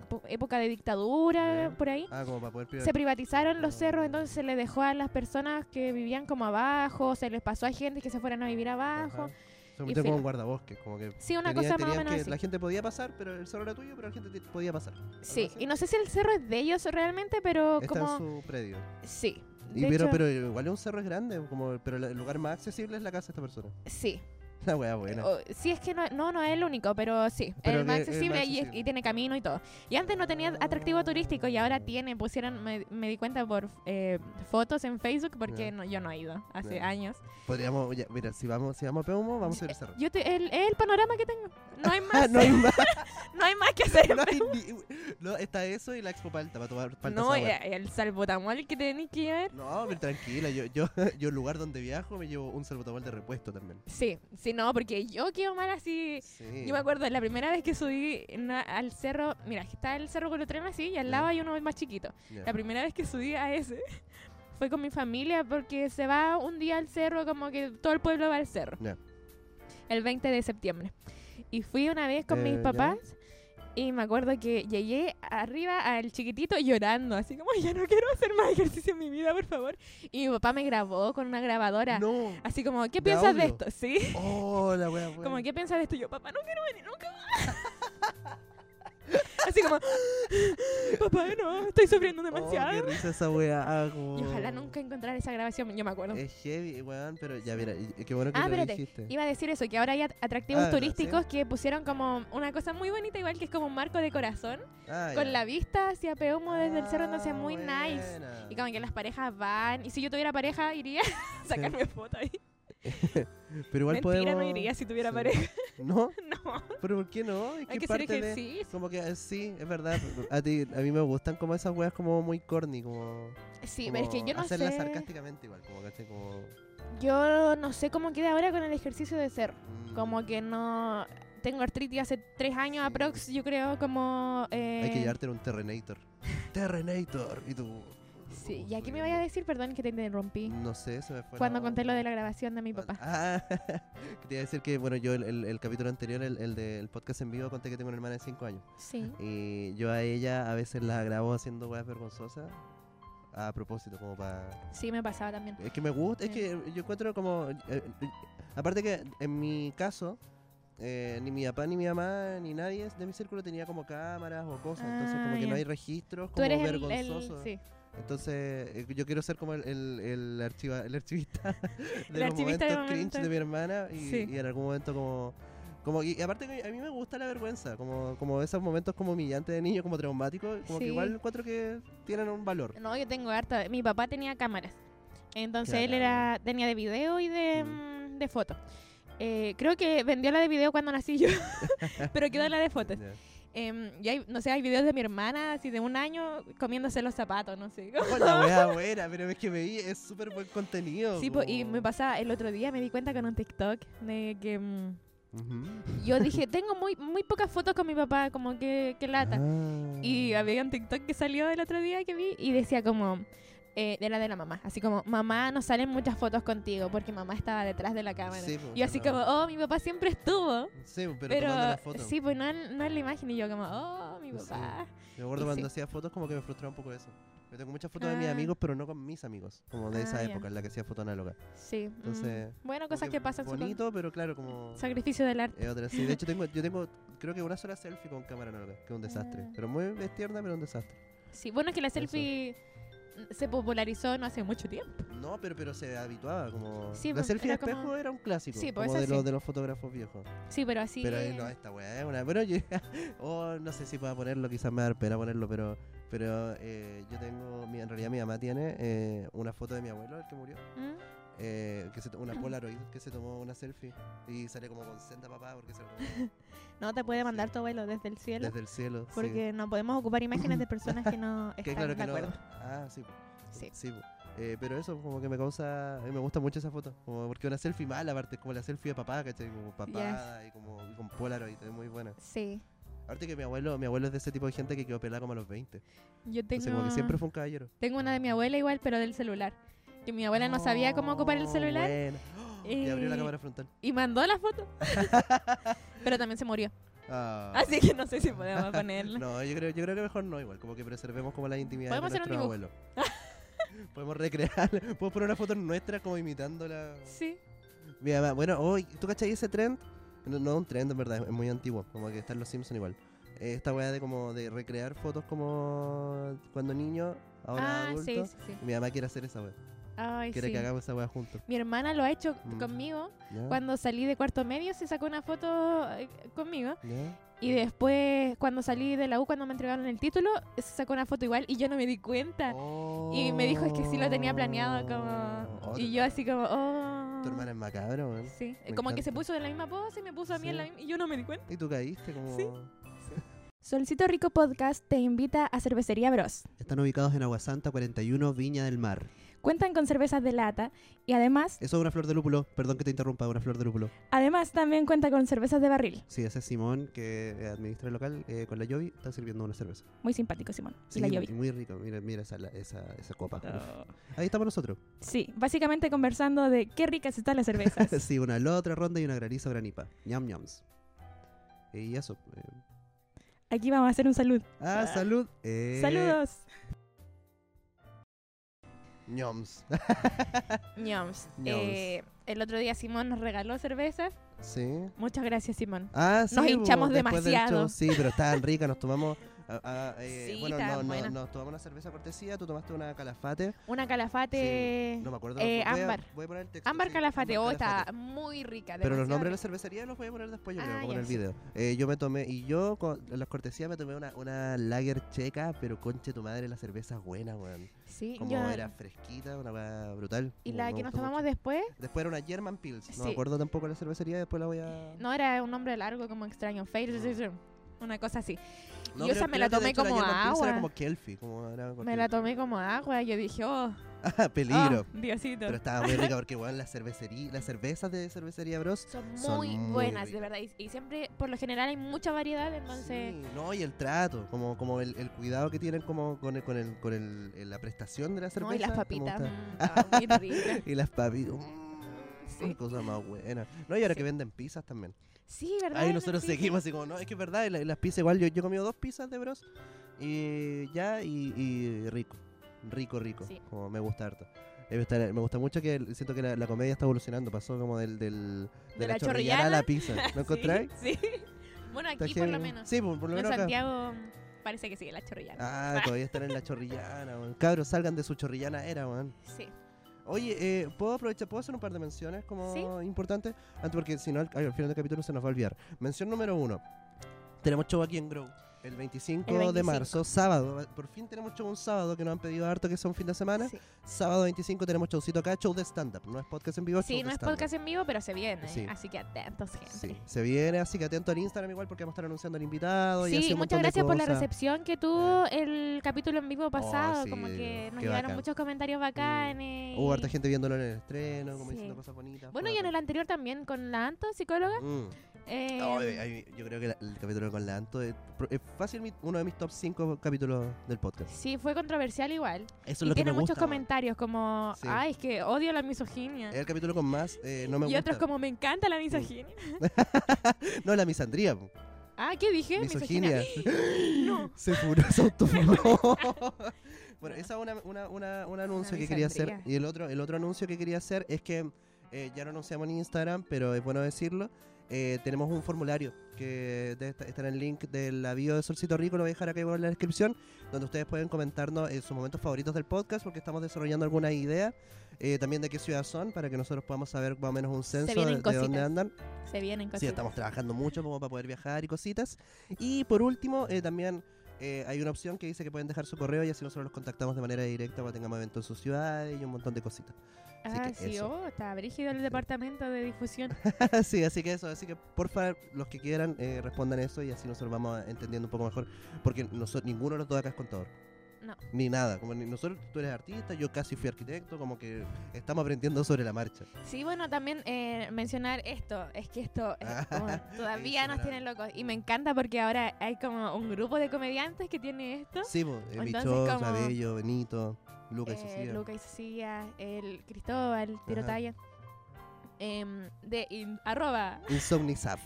S2: po- época de dictadura,
S1: Ya.
S2: por ahí,
S1: Ah, como para poder
S2: se
S1: privar-
S2: privatizaron los cerros, entonces se le dejó a las personas que vivían como abajo, se les pasó a gente que se fueran a vivir abajo.
S1: Ajá. Se convirtió
S2: filo.
S1: como un guardabosques, como que
S2: Sí, una
S1: tenían-
S2: cosa más o
S1: tenían
S2: menos
S1: que
S2: así.
S1: la gente podía pasar, pero el cerro era tuyo, pero la gente te- podía pasar.
S2: Sí,
S1: así.
S2: y no sé si el cerro es de ellos realmente, pero
S1: Está
S2: Oh, como...
S1: en Este su predio.
S2: Sí.
S1: Y
S2: de
S1: pero,
S2: hecho,
S1: pero igual un cerro es grande, como, pero la- el lugar más accesible es la casa de esta persona.
S2: Sí.
S1: La wea buena.
S2: O- Oh, sí, es que no, no, no es el único, pero sí,
S1: Pero
S2: el más
S1: que- el más
S2: accesible, y-
S1: accesible.
S2: Y, tiene camino y todo. Y antes no tenía atractivo turístico y ahora tiene, pusieron, me, me di cuenta por eh, fotos en Facebook porque
S1: Ya.
S2: no, yo no he ido hace
S1: Ya.
S2: años.
S1: Podríamos, ya, mira, si vamos, si vamos a Peumo, vamos a ir al cerro.
S2: Yo te- el, es el panorama que tengo. No hay
S1: Ah,
S2: más,
S1: no hay más,
S2: no hay más que hacer.
S1: no hay ni- no, está eso y la Expo Palta para tomar palta
S2: No,
S1: sour.
S2: eh, el salbutamol que tenés que ver.
S1: No, pero tranquila, yo, yo, yo el lugar donde viajo me llevo un salvotamol de repuesto también.
S2: Sí, sí, no, porque yo quiero mal así.
S1: Sí.
S2: Yo me acuerdo, la primera vez que subí na- al cerro, mira, está el cerro con así y al lado
S1: Ya.
S2: hay uno más chiquito.
S1: Ya.
S2: La primera vez que subí a ese fue con mi familia porque se va un día al cerro, como que todo el pueblo va al cerro.
S1: Ya.
S2: El 20 de septiembre. Y fui una vez con
S1: Eh,
S2: mis
S1: ya.
S2: papás y me acuerdo que llegué arriba al chiquitito llorando, así como, ya no quiero hacer más ejercicio en mi vida, por favor. Y mi papá me grabó con una grabadora.
S1: No.
S2: Así como, ¿qué
S1: ¿De
S2: piensas de
S1: audio?
S2: esto? Sí.
S1: Oh, la wea buena.
S2: Como, ¿qué piensas de esto? Y Yo, papá, no quiero venir nunca más". Así como, papá, no, estoy sufriendo
S1: Oh, qué
S2: demasiado.
S1: risa esa wea. ah, como-
S2: y ojalá nunca encontrar esa grabación, yo me acuerdo.
S1: Es heavy, weón, pero ya, mira, y- qué bueno que
S2: Ah,
S1: lo
S2: espérate,
S1: dijiste.
S2: Iba a decir eso, que ahora hay at- atractivos
S1: Ah, ¿verdad?
S2: turísticos que pusieron como una cosa muy bonita, igual que es como un marco de corazón,
S1: Ah,
S2: con
S1: ya.
S2: la vista hacia Peumo desde el cerro, entonces es muy
S1: Ah,
S2: nice.
S1: buena.
S2: Y como que las parejas van, y si yo tuviera pareja, iría a sacarme foto ahí.
S1: Pero igual
S2: Mentira,
S1: podemos...
S2: no iría si tuviera
S1: sí.
S2: pareja.
S1: ¿No,
S2: No,
S1: pero ¿por qué no? Es
S2: hay
S1: que
S2: que hacer
S1: parte de...
S2: ejercicio.
S1: Como que eh, sí, es verdad. A ti, a mí me gustan como esas weas como muy corny, como...
S2: Sí, pero es que
S1: como
S2: yo no
S1: hacerlas
S2: sé.
S1: sarcásticamente igual, como que como...
S2: Yo no sé cómo queda ahora con el ejercicio de cerro.
S1: mm,
S2: Como que no. Tengo artritis hace tres años
S1: Sí.
S2: aprox, yo creo, como. Eh...
S1: Hay que llevarte en un Terrenator. Terrenator. Y tú...
S2: Sí,
S1: uh,
S2: ¿y aquí me
S1: uh,
S2: vaya a decir? Perdón que te interrumpí.
S1: No sé, se me fue.
S2: cuando
S1: la-
S2: conté lo de la grabación de mi papá.
S1: Ah, quería decir que, bueno, yo el, el- el capítulo anterior, el, el del podcast en vivo, conté que tengo una hermana de 5 años.
S2: Sí.
S1: Y yo a ella a veces la grabo haciendo weas vergonzosas. A propósito, como para...
S2: Sí, me pasaba también.
S1: Es que me gusta, es
S2: Sí.
S1: que yo encuentro como... eh, eh, aparte que en mi caso, eh, ni mi papá, ni mi mamá, ni nadie de mi círculo tenía como cámaras o cosas. entonces
S2: Ah,
S1: como que
S2: ya.
S1: no hay registros
S2: Tú
S1: como
S2: eres el, el-
S1: vergonzosos.
S2: Sí,
S1: Entonces, eh, yo quiero ser como el, el, el archiva, el archivista de
S2: El
S1: los
S2: archivista
S1: momentos cringe
S2: de
S1: de
S2: momentos.
S1: mi hermana y,
S2: Sí.
S1: y en algún momento como... como y, y aparte que a mí me gusta la vergüenza, como, como esos momentos como humillantes de niño, como traumáticos, como que
S2: Sí.
S1: igual encuentro que tienen un valor.
S2: No, yo tengo harta. Mi papá tenía cámaras. Entonces él
S1: Claro.
S2: era tenía de video y de,
S1: Mm.
S2: mm, de foto. Eh, creo que vendió la de video cuando nací yo, pero quedó la de fotos.
S1: Ya.
S2: Em, y hay, no sé, hay videos de mi hermana así de un año comiéndose los zapatos, no sé.
S1: Oh, la wea buena, pero es que me vi, es súper buen contenido.
S2: Sí, po, y
S1: como-
S2: me pasaba el otro día, me di cuenta con un TikTok de que mm,
S1: Ujú.
S2: yo dije, tengo muy, muy pocas fotos con mi papá, como que, que lata.
S1: Ah.
S2: Y había un TikTok que salió el otro día que vi y decía como, eh, era de la mamá, así como, mamá, no salen muchas fotos contigo porque mamá estaba detrás de la cámara.
S1: Sí, po,
S2: y yo así
S1: claro.
S2: como, oh, mi papá siempre estuvo.
S1: Sí, pero,
S2: Pero,
S1: tomando las fotos.
S2: sí, pues no, en- no en la imagen. Y yo como, oh, mi
S1: Sí.
S2: papá.
S1: Me acuerdo
S2: Y
S1: cuando
S2: sí.
S1: hacía fotos como que me frustraba un poco eso. Yo tengo muchas fotos de mis
S2: Ah.
S1: amigos, pero no con mis amigos, como de esa
S2: Ah, ya.
S1: época en la que hacía fotos análogas.
S2: Sí. mm.
S1: Entonces,
S2: bueno,
S1: Como
S2: cosas que pasan. supongo.
S1: Bonito, pero claro, como...
S2: Sacrificio del arte.
S1: es otra. Sí, de hecho, tengo, yo tengo, creo que una sola selfie con cámara análoga, que es un desastre.
S2: Ah.
S1: Pero muy es tierna, pero un desastre.
S2: Sí, bueno, es que la
S1: Eso.
S2: selfie se popularizó no hace mucho tiempo.
S1: No, pero, pero se habituaba, como...
S2: Sí,
S1: la
S2: pues,
S1: selfie de
S2: era como-
S1: espejo era un clásico,
S2: Sí, pues,
S1: como
S2: esa
S1: de, los,
S2: sí.
S1: de los fotógrafos viejos.
S2: Sí, pero así.
S1: Pero eh, no, esta weá es una. Bueno, yo. oh, no sé si pueda ponerlo, quizás me va a dar pena ponerlo, pero. Pero eh, yo tengo. mi- En realidad, mi mamá tiene eh, una foto de mi abuelo, el que murió.
S2: ¿Mm?
S1: eh, que se, to- una Polaroid que se tomó una selfie. Y sale como con senda papá, porque se lo tomó
S2: No te puede mandar tu abuelo desde el cielo.
S1: desde el cielo. sí.
S2: Porque no podemos ocupar imágenes de personas que no
S1: Que
S2: están
S1: claro
S2: de
S1: que no.
S2: acuerdo.
S1: Ah, sí. po.
S2: Sí.
S1: Sí. po. Eh, pero eso, como que me causa. A mí me gusta mucho esa foto. Como porque una selfie mala, aparte, es como la selfie de papá, ¿cachai? Como papá y, como, y con Polaroid, es muy buena.
S2: Sí.
S1: Ahorita que mi abuelo, mi abuelo es de ese tipo de gente que quedó pelada como a los 20.
S2: Yo tengo,
S1: Entonces, como que siempre fue un caballero.
S2: tengo una de mi abuela igual, pero del celular. Que mi abuela no sabía cómo ocupar el
S1: Oh,
S2: celular
S1: buena. ¡Oh! Y abrió la
S2: Eh,
S1: cámara frontal.
S2: y mandó la foto. pero también se murió.
S1: Ah.
S2: Así que no sé si podemos ponerla.
S1: No, yo creo, yo creo que mejor no, igual, como que preservemos como la intimidad de
S2: Podemos hacer un
S1: nuestros abuelos. Podemos recrear, podemos poner una foto nuestra como imitando la...
S2: Sí.
S1: Mi mamá, bueno, hoy, ¿tú cachai ese trend? No, no es un trend, en verdad, es muy antiguo, como que están los Simpsons igual. Eh, esta weá de como de recrear fotos como cuando niño, ahora
S2: ah,
S1: adulto.
S2: sí, sí, sí.
S1: Y Mi mamá quiere hacer esa weá,
S2: Ay,
S1: quiere
S2: sí.
S1: que hagamos esa weá juntos.
S2: Mi hermana lo ha hecho
S1: Mm.
S2: conmigo.
S1: ¿Ya?
S2: Cuando salí de cuarto medio se sacó una foto eh, conmigo.
S1: ¿Ya?
S2: Y después, cuando salí de la U, cuando me entregaron el título, se sacó una foto igual y yo no me di cuenta. Y me dijo, es que sí lo tenía planeado, como...
S1: Oh,
S2: y
S1: tu-
S2: yo así como, oh...
S1: Tu hermana es macabra, weón.
S2: Sí,
S1: me
S2: como que se
S1: encanta.
S2: puso en la misma pose y me puso a mí en la
S1: Sí.
S2: misma... Y yo no me di cuenta.
S1: Y tú caíste como...
S2: Sí. Solcito Rico Podcast te invita a Cervecería Bros.
S5: Están ubicados en Aguasanta 41, Viña del Mar.
S2: Cuentan con cervezas de lata y además,
S5: Eso es una flor de lúpulo. Perdón que te interrumpa, una flor de lúpulo.
S2: además también cuenta con cervezas de barril.
S5: Sí, ese es Simón, que administra el local eh, con la Yovi, está sirviendo una cerveza.
S2: Muy simpático, Simón.
S5: Sí,
S2: y la Oh. Yovi.
S5: muy rico. Mira, mira esa, la- esa, esa copa. Uf. Ahí estamos nosotros.
S2: Sí, básicamente conversando de qué ricas están las cervezas.
S5: sí, una la otra ronda y una granizo granipa. Ñam ñams. Y eso. eh.
S2: Aquí vamos a hacer un saludo.
S5: Ah, salud. Eh,
S2: Saludos.
S1: Ñoms.
S2: Ñoms.
S1: Ñoms.
S2: Eh, el otro día Simón nos regaló cervezas.
S1: Sí.
S2: Muchas gracias, Simón.
S1: Ah, sí,
S2: Nos
S1: bo,
S2: hinchamos
S1: después del
S2: demasiado.
S1: show, sí, pero estaban ricas, nos tomamos. ah, ah, eh,
S2: Sí,
S1: bueno, no,
S2: estaban
S1: no,
S2: buenas.
S1: nos tomamos una cerveza cortesía, tú tomaste una calafate.
S2: Una calafate.
S1: No me acuerdo.
S2: eh,
S1: voy a-
S2: ámbar.
S1: Voy a poner el texto.
S2: Ámbar
S1: sí,
S2: calafate.
S1: ámbar
S2: Oh,
S1: calafate.
S2: está muy rica.
S1: Pero los
S2: demasiado
S1: nombres de la cervecería los voy a poner después, yo creo,
S2: Ah,
S1: como en
S2: ya,
S1: el
S2: sí.
S1: video. Eh, yo me tomé, y yo con las cortesías me tomé una, una lager checa, pero conche tu madre, la cerveza es buena, weón.
S2: rica. Sí,
S1: Como
S2: yo-
S1: era fresquita, una weá brutal.
S2: Y
S1: me-
S2: la
S1: me
S2: que nos
S1: gustó
S2: tomamos
S1: mucho.
S2: después,
S1: Después era una German Pils. No
S2: Sí. Eh,
S1: me acuerdo tampoco la cervecería, después la voy a.
S2: no era un nombre largo como extraño. Fail, una cosa así.
S1: No,
S2: yo esa me
S1: creo
S2: la
S1: que de
S2: tomé
S1: hecho
S2: como
S1: German Pils Era
S2: agua.
S1: como Kelfi, como era
S2: Me la tomé como agua. Yo dije, oh,
S1: Ah, peligro.
S2: oh, Diosito.
S1: Pero estaba muy rica porque, weón, las cervecería, las cervezas de cervecería Bros.
S2: Son muy
S1: son muy
S2: buenas, de
S1: ricas.
S2: verdad. Y, y siempre, por lo general, hay mucha variedad, entonces.
S1: Sí, no, y el trato, como, como el, el cuidado que tienen como con el, con el, con el, el- la prestación de la cerveza.
S2: no, y las
S1: me
S2: papitas.
S1: gusta.
S2: mm, estaban muy ricas.
S1: Y las papitas. mm,
S2: Sí.
S1: Cosa más buena. No, y ahora
S2: Sí.
S1: que venden pizzas también.
S2: Sí, ¿verdad?
S1: Ahí
S2: Era
S1: nosotros
S2: así.
S1: seguimos así como, no, es que es verdad, y la- y las pizzas igual, yo, yo he comido dos pizzas de bros y ya, y, y rico, rico, rico,
S2: Sí.
S1: como me gusta harto. Eh, Me gusta, me gusta mucho que el- siento que la, la comedia está evolucionando, pasó como del, del, de,
S2: la
S1: la, chorrillana a
S2: chorrillana.
S1: la pizza, ¿no encontráis?
S2: Sí. sí. Bueno,
S1: Está
S2: aquí por lo
S1: heavy.
S2: menos.
S1: Sí, por, por lo
S2: en
S1: menos acá.
S2: Santiago mm, parece que sigue la chorrillana.
S1: Ah, todavía están en la chorrillana, weón. Cabros, salgan de su chorrillana era, weón.
S2: Sí.
S1: Oye, eh, ¿puedo aprovechar? ¿Puedo hacer un par de menciones como
S2: Sí.
S1: importantes? Antes porque si no, al, al final del capítulo se nos va a olvidar. Mención número uno. Tenemos show aquí en Grow. El 25,
S2: El 25.
S1: de marzo, sábado. Por fin tenemos show un sábado que nos han pedido harto que sea un fin de semana.
S2: Sí,
S1: Sábado 25 tenemos showcito acá, show de stand-up. No es podcast en vivo,
S2: Sí,
S1: show
S2: no
S1: de
S2: es
S1: stand-up.
S2: podcast en vivo, pero se viene.
S1: Sí.
S2: Así que atentos, gente.
S1: Sí, se viene, así que atento al Instagram igual porque vamos a estar anunciando al invitado. y así
S2: Sí,
S1: un montón
S2: muchas
S1: de
S2: gracias por la
S1: cosas.
S2: recepción que tuvo el capítulo en vivo pasado.
S1: Oh, sí,
S2: como que nos
S1: qué
S2: llegaron
S1: bacán. Mm.
S2: muchos comentarios bacanes.
S1: Hubo
S2: y-
S1: harta gente viéndolo en el estreno, como
S2: Sí.
S1: diciendo cosas bonitas.
S2: Bueno,
S1: fue
S2: y en el
S1: bacán.
S2: anterior también con la Anto, psicóloga.
S1: Mm.
S2: eh,
S1: No, eh, ahí- yo creo que la- el capítulo con la Anto es, pro- es fácil mi- uno de mis top 5 capítulos del podcast.
S2: Sí, fue controversial igual.
S1: Eso es
S2: Y
S1: lo que
S2: tiene
S1: me
S2: muchos
S1: gusta. weón.
S2: comentarios como,
S1: Sí.
S2: ay, es que odio la misoginia.
S1: Es el capítulo con más eh, no me
S2: y
S1: gusta. Mm.
S2: otros como, me encanta la misoginia.
S1: No, la misandría. po.
S2: Ah, ¿qué dije?
S1: Misoginia.
S2: No.
S1: Se furó, se autofuró. bueno, esa es una, una, una- un anuncio que quería hacer.
S2: misandría.
S1: Y el otro, el otro anuncio que quería hacer es que eh, ya lo anunciamos en Instagram, pero es bueno decirlo. eh, tenemos un formulario que debe esta- estar en el link del bio de Solcito Rico, lo voy a dejar acá abajo en la descripción, donde ustedes pueden comentarnos eh, sus momentos favoritos del podcast, porque estamos desarrollando alguna idea eh, también de qué ciudad son, para que nosotros podamos saber más o menos un censo
S2: vienen
S1: de- de dónde
S2: cositas.
S1: andan.
S2: Se vienen cosas.
S1: Sí, estamos trabajando mucho como para poder viajar y cositas. Y por último, eh, también eh, hay una opción que dice que pueden dejar su correo y así nosotros los contactamos de manera directa cuando tengamos eventos en su ciudad y un montón de cositas. Así
S2: Ah,
S1: que
S2: sí,
S1: eso.
S2: oh, está brígido el departamento de difusión.
S1: Ah, sí, así que eso, así que por favor, los que quieran, eh, respondan eso y así nosotros vamos entendiendo un poco mejor, porque nosotros, ninguno de los dos acá es contador.
S2: No.
S1: Ni nada. Como ni- nosotros, tú eres artista, yo casi fui arquitecto, como que estamos aprendiendo sobre la marcha.
S2: Sí, bueno, también eh, mencionar esto, es que esto eh,
S1: Ah,
S2: como todavía
S1: eso
S2: nos
S1: era.
S2: tienen locos y me encanta porque ahora hay como un grupo de comediantes que tiene esto.
S1: Sí, pues,
S2: Entonces,
S1: Michot,
S2: como-
S1: Abello, Benito, Lucas y
S2: Eh,
S1: Sofía.
S2: Luca y Cecilia, el Cristóbal, Piro
S1: Ajá.
S2: Talla, em, de in- arroba.
S1: Insomnizap,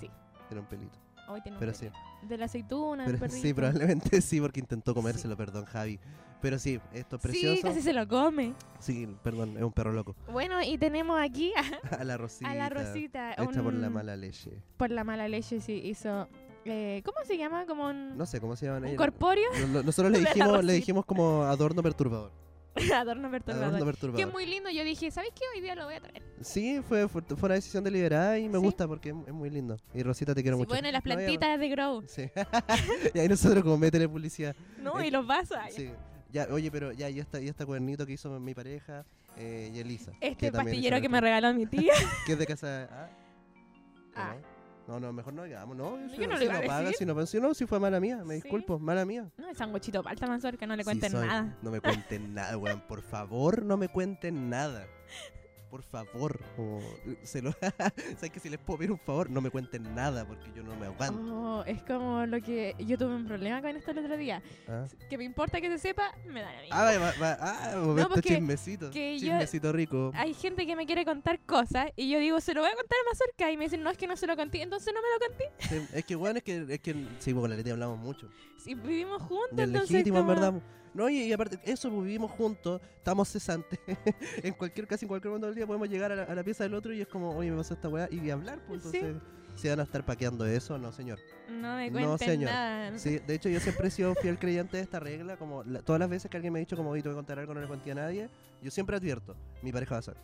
S2: Sí,
S1: era un pelito.
S2: hoy tenemos
S1: Pero sí,
S2: de la aceituna, el
S1: pero,
S2: Ah, perrito.
S1: sí, probablemente sí, porque intentó comérselo, perdón, Javi. Pero sí, esto es precioso.
S2: Sí, casi se lo come.
S1: Sí, perdón, es un perro loco.
S2: Bueno, y tenemos aquí a,
S1: A la Rosita.
S2: a la Rosita.
S1: Hecha por la
S2: un-
S1: mala leche.
S2: Por la mala leche, sí, hizo. eh, ¿Cómo se llama? Como un,
S1: No sé cómo se llaman
S2: un
S1: ellos.
S2: corpóreo.
S1: No- no- Nosotros le
S2: De la
S1: dijimos, le
S2: Rosita.
S1: dijimos como adorno perturbador.
S2: Adorno perturbador.
S1: Adorno
S2: Que
S1: perturbador.
S2: es muy lindo. Yo dije, ¿sabes qué? Hoy día lo voy a traer.
S1: Sí, fue, fue, fue una decisión deliberada y me
S2: Sí.
S1: gusta porque es, es muy lindo. Y Rosita, te quiero
S2: Sí,
S1: mucho.
S2: bueno, y las
S1: No, ya-
S2: plantitas de Grow.
S1: Sí. y ahí nosotros como métele publicidad.
S2: No,
S1: Eh,
S2: y los vasos. Ay,
S1: Sí. Ya, oye, pero ya, y esta, y esta cuadernito que hizo mi pareja eh, y Elisa. también
S2: Este
S1: hizo
S2: pastillero que me
S1: nuestra-
S2: regaló mi tía.
S1: Que es de casa... ¿ah? ¿O
S2: Ah.
S1: No, no, mejor no digamos, no.
S2: No,
S1: si
S2: yo no
S1: no,
S2: lo
S1: si
S2: iba a
S1: no paga,
S2: decir.
S1: si no, si no, si fue mala mía, me
S2: Sí.
S1: disculpo, mala mía.
S2: No, el sanguchito palta mazorca, no le
S1: Sí
S2: cuenten
S1: soy.
S2: nada.
S1: No me cuenten nada, weón. Por favor, no me cuenten nada. Por favor. Como, eh, se lo, ¿Sabes que si les puedo pedir un favor? No me cuenten nada porque yo no me aguanto.
S2: Oh, es como lo que yo tuve un problema con esto el otro día.
S1: Ah,
S2: Que me importa que se sepa, me da a mí.
S1: Ah, va- va- ah, momento
S2: porque-
S1: chismecito.
S2: que yo- Ah.
S1: chismecito rico.
S2: Hay gente que me quiere contar cosas y yo digo, se lo voy a contar a mazorca. Y me dicen, no, es que no se lo conté, entonces no me lo conté.
S1: Sí, Es que, weón, es que, es que sí, pues, con la Leti hablamos mucho.
S2: Si vivimos juntos,
S1: Y es
S2: entonces.
S1: legítimo, en
S2: como-
S1: verdad. No, y, y aparte, eso, pues, vivimos juntos, estamos cesantes. en cualquier, casi en cualquier momento del día podemos llegar a la, a la pieza del otro y es como, oye, me pasó esta weá, y hablar, pues,
S2: Sí.
S1: entonces, ¿se van a estar paqueando eso? No, señor.
S2: No me
S1: No,
S2: cuenten
S1: señor.
S2: nada.
S1: Sí, de hecho yo siempre he sido fiel creyente de esta regla, como la- todas las veces que alguien me ha dicho como hoy te voy a contar algo no le conté a nadie, yo siempre advierto, mi pareja va a saber,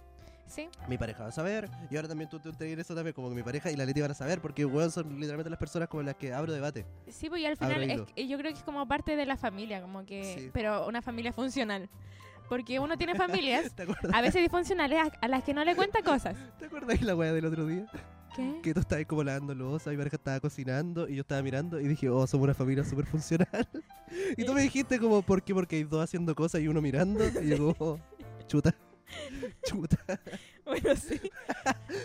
S2: Sí,
S1: mi pareja va a saber, y ahora también tú, tú te dirás eso también, como que mi pareja y la Leti van a saber, porque weón son literalmente las personas con las que abro debate.
S2: sí, pues y al
S1: Habrá
S2: final es
S1: ido.
S2: que- yo creo que es como parte de la familia, como que.
S1: Sí.
S2: Pero una familia funcional. Porque uno tiene familias,
S1: ¿Te acuerdas?
S2: a veces disfuncionales, a, a las que no le cuenta cosas.
S1: ¿Te acuerdas la weá del otro día?
S2: ¿Qué?
S1: Que tú estabas como lavando losa, mi pareja estaba cocinando y yo estaba mirando y dije, oh, somos una familia súper funcional. y tú me dijiste como, ¿por qué? Porque hay dos haciendo cosas y uno mirando. Y yo, oh, chuta, chuta.
S2: Bueno, sí.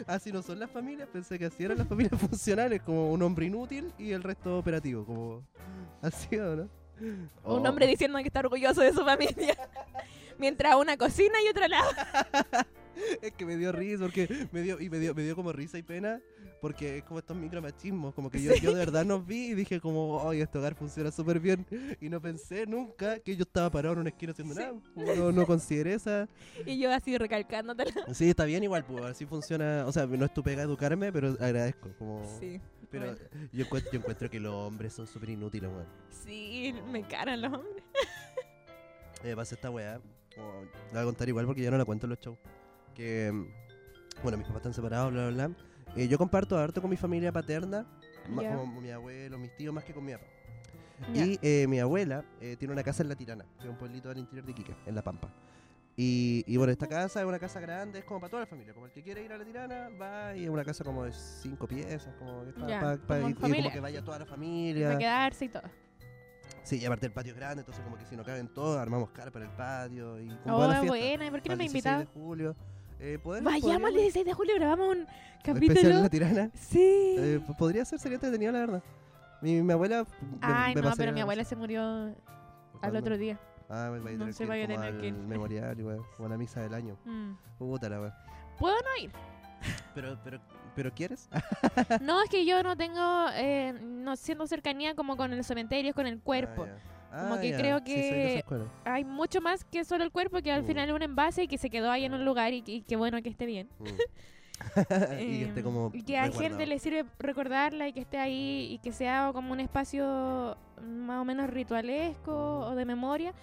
S1: Así no son las familias, pensé que así eran las familias funcionales, como un hombre inútil y el resto operativo, como así o no.
S2: Un
S1: Oh.
S2: hombre diciendo que está orgulloso de su familia. Mientras una cocina y otra lava.
S1: es que me dio risa porque me dio y me dio, me dio como risa y pena porque es como estos micromachismos, como que yo, yo de verdad nos vi y dije como, "Ay, este hogar funciona súper bien" y no pensé nunca que yo estaba parado en una esquina haciendo nada. No, no consideré esa.
S2: Y yo así recalcándotelo.
S1: Sí, está bien igual, pues así funciona, o sea, no es tu pega educarme, pero agradezco como
S2: Sí.
S1: pero
S2: bueno.
S1: yo, encuentro, yo encuentro que los hombres son súper inútiles, weón.
S2: Sí, me caran los hombres.
S1: Me pasa esta weá. como- la voy a contar igual porque ya no la cuento en los shows. Que. mm, Bueno, mis papás están separados, bla, bla, bla. Eh, yo comparto harto con mi familia paterna, ma-
S2: Ya.
S1: como mi abuelo, mis tíos, más que con mi papá.
S2: Ya.
S1: Y eh, mi abuela eh, tiene una casa en La Tirana, que es un pueblito al interior de Iquique, en La Pampa. Y, y bueno, esta casa es una casa grande, es como para toda la familia. Como el que quiere ir a La Tirana, va y es una casa como de cinco piezas, como que es pa-
S2: Ya,
S1: pa- pa-
S2: como en
S1: y- y como
S2: familia.
S1: que vaya toda la familia.
S2: Para quedarse y todo.
S1: Sí, y aparte el patio es grande, entonces como que si no caben todos, armamos car para el patio y como
S2: Oh,
S1: para la fiesta.
S2: buena. ¿Y por qué no
S1: Para
S2: me
S1: el 16 de
S2: invitaron?
S1: julio. Eh, podemos-
S2: Vayamos el
S1: podríamos-
S2: 16 de julio, grabamos un
S1: especial en
S2: capítulo.
S1: la tirana.
S2: Sí.
S1: Eh, p- podría ser, sería entretenido, la verdad. Mi, mi abuela... me-
S2: Ay,
S1: me
S2: no,
S1: pasé
S2: pero
S1: a-
S2: mi abuela se murió al
S1: ¿cuándo?
S2: otro día.
S1: Ah, me
S2: no
S1: va a
S2: se
S1: tener
S2: vaya a
S1: que ir como
S2: tener que ir.
S1: al memorial, igual, como a la misa del año.
S2: Mm.
S1: Puta la wea.
S2: ¿Puedo no ir?
S1: Pero, pero, pero ¿quieres? Ah,
S2: No, es que yo no tengo, eh, no siento cercanía como con el cementerio, con el cuerpo.
S1: Ah, ya.
S2: Como
S1: Ah,
S2: que
S1: ya.
S2: creo
S1: Sí, soy de esa
S2: que-
S1: escuela.
S2: Hay mucho más que solo el cuerpo, que al
S1: Mm.
S2: final es un envase y que se quedó ahí en un lugar y, que- y qué bueno que esté bien.
S1: Mm. Ah, y que esté
S2: Em,
S1: como...
S2: y que a gente
S1: resguardado.
S2: le sirve recordarla y que esté ahí y que sea como un espacio más o menos ritualesco o de memoria.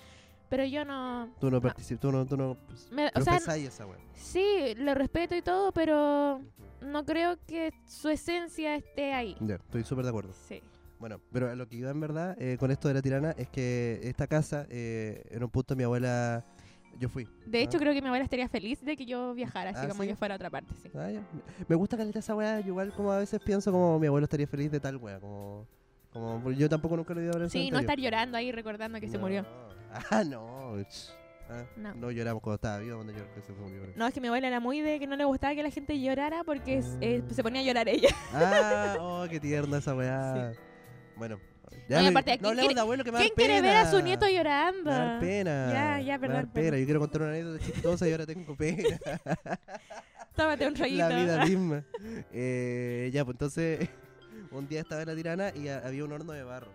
S2: Pero yo no...
S1: Tú no participas, tú no... Tú no
S2: me- Ah. o
S1: pero
S2: sea,
S1: pensáis esa wea.
S2: sí, lo respeto y todo, pero no creo que su esencia esté ahí.
S1: Ya, estoy súper de acuerdo.
S2: Sí.
S1: Bueno, pero a lo que iba en verdad eh, con esto de la tirana es que esta casa, eh, en un punto mi abuela, yo fui.
S2: De hecho,
S1: Ah.
S2: creo que mi abuela estaría feliz de que yo viajara, así
S1: Ah,
S2: como
S1: ¿sí?
S2: que fuera a otra parte, sí.
S1: Ah, ya. Me gusta caleta esa weá, yo igual como a veces pienso como mi abuelo estaría feliz de tal weá, como, como yo tampoco nunca lo he ido a ver en
S2: Sí, no estar llorando ahí recordando que se murió.
S1: Ah, no. ch. Ah,
S2: No.
S1: no. lloramos cuando estaba vivo, cuando yo que se fue mi abuelo.
S2: No, es que mi abuela era muy de que no le gustaba que la gente llorara porque es- eh, se ponía a llorar ella.
S1: Ah, oh, qué tierna esa weá. Bueno,
S2: No, y
S1: no,
S2: aparte,
S1: no
S2: ¿quién
S1: hablemos
S2: quiere-
S1: de abuelo que me da
S2: ¿Quién quiere ver a su
S1: pena.
S2: nieto llorando?
S1: Me da pena.
S2: Ya, ya,
S1: Me da
S2: perdón,
S1: pena.
S2: perdón.
S1: Yo quiero contar una anécdota chistosa y ahora tengo pena.
S2: Tómate un rollito.
S1: la vida misma. Eh, ya, pues entonces, un día estaba en la tirana y a- había un horno de barro.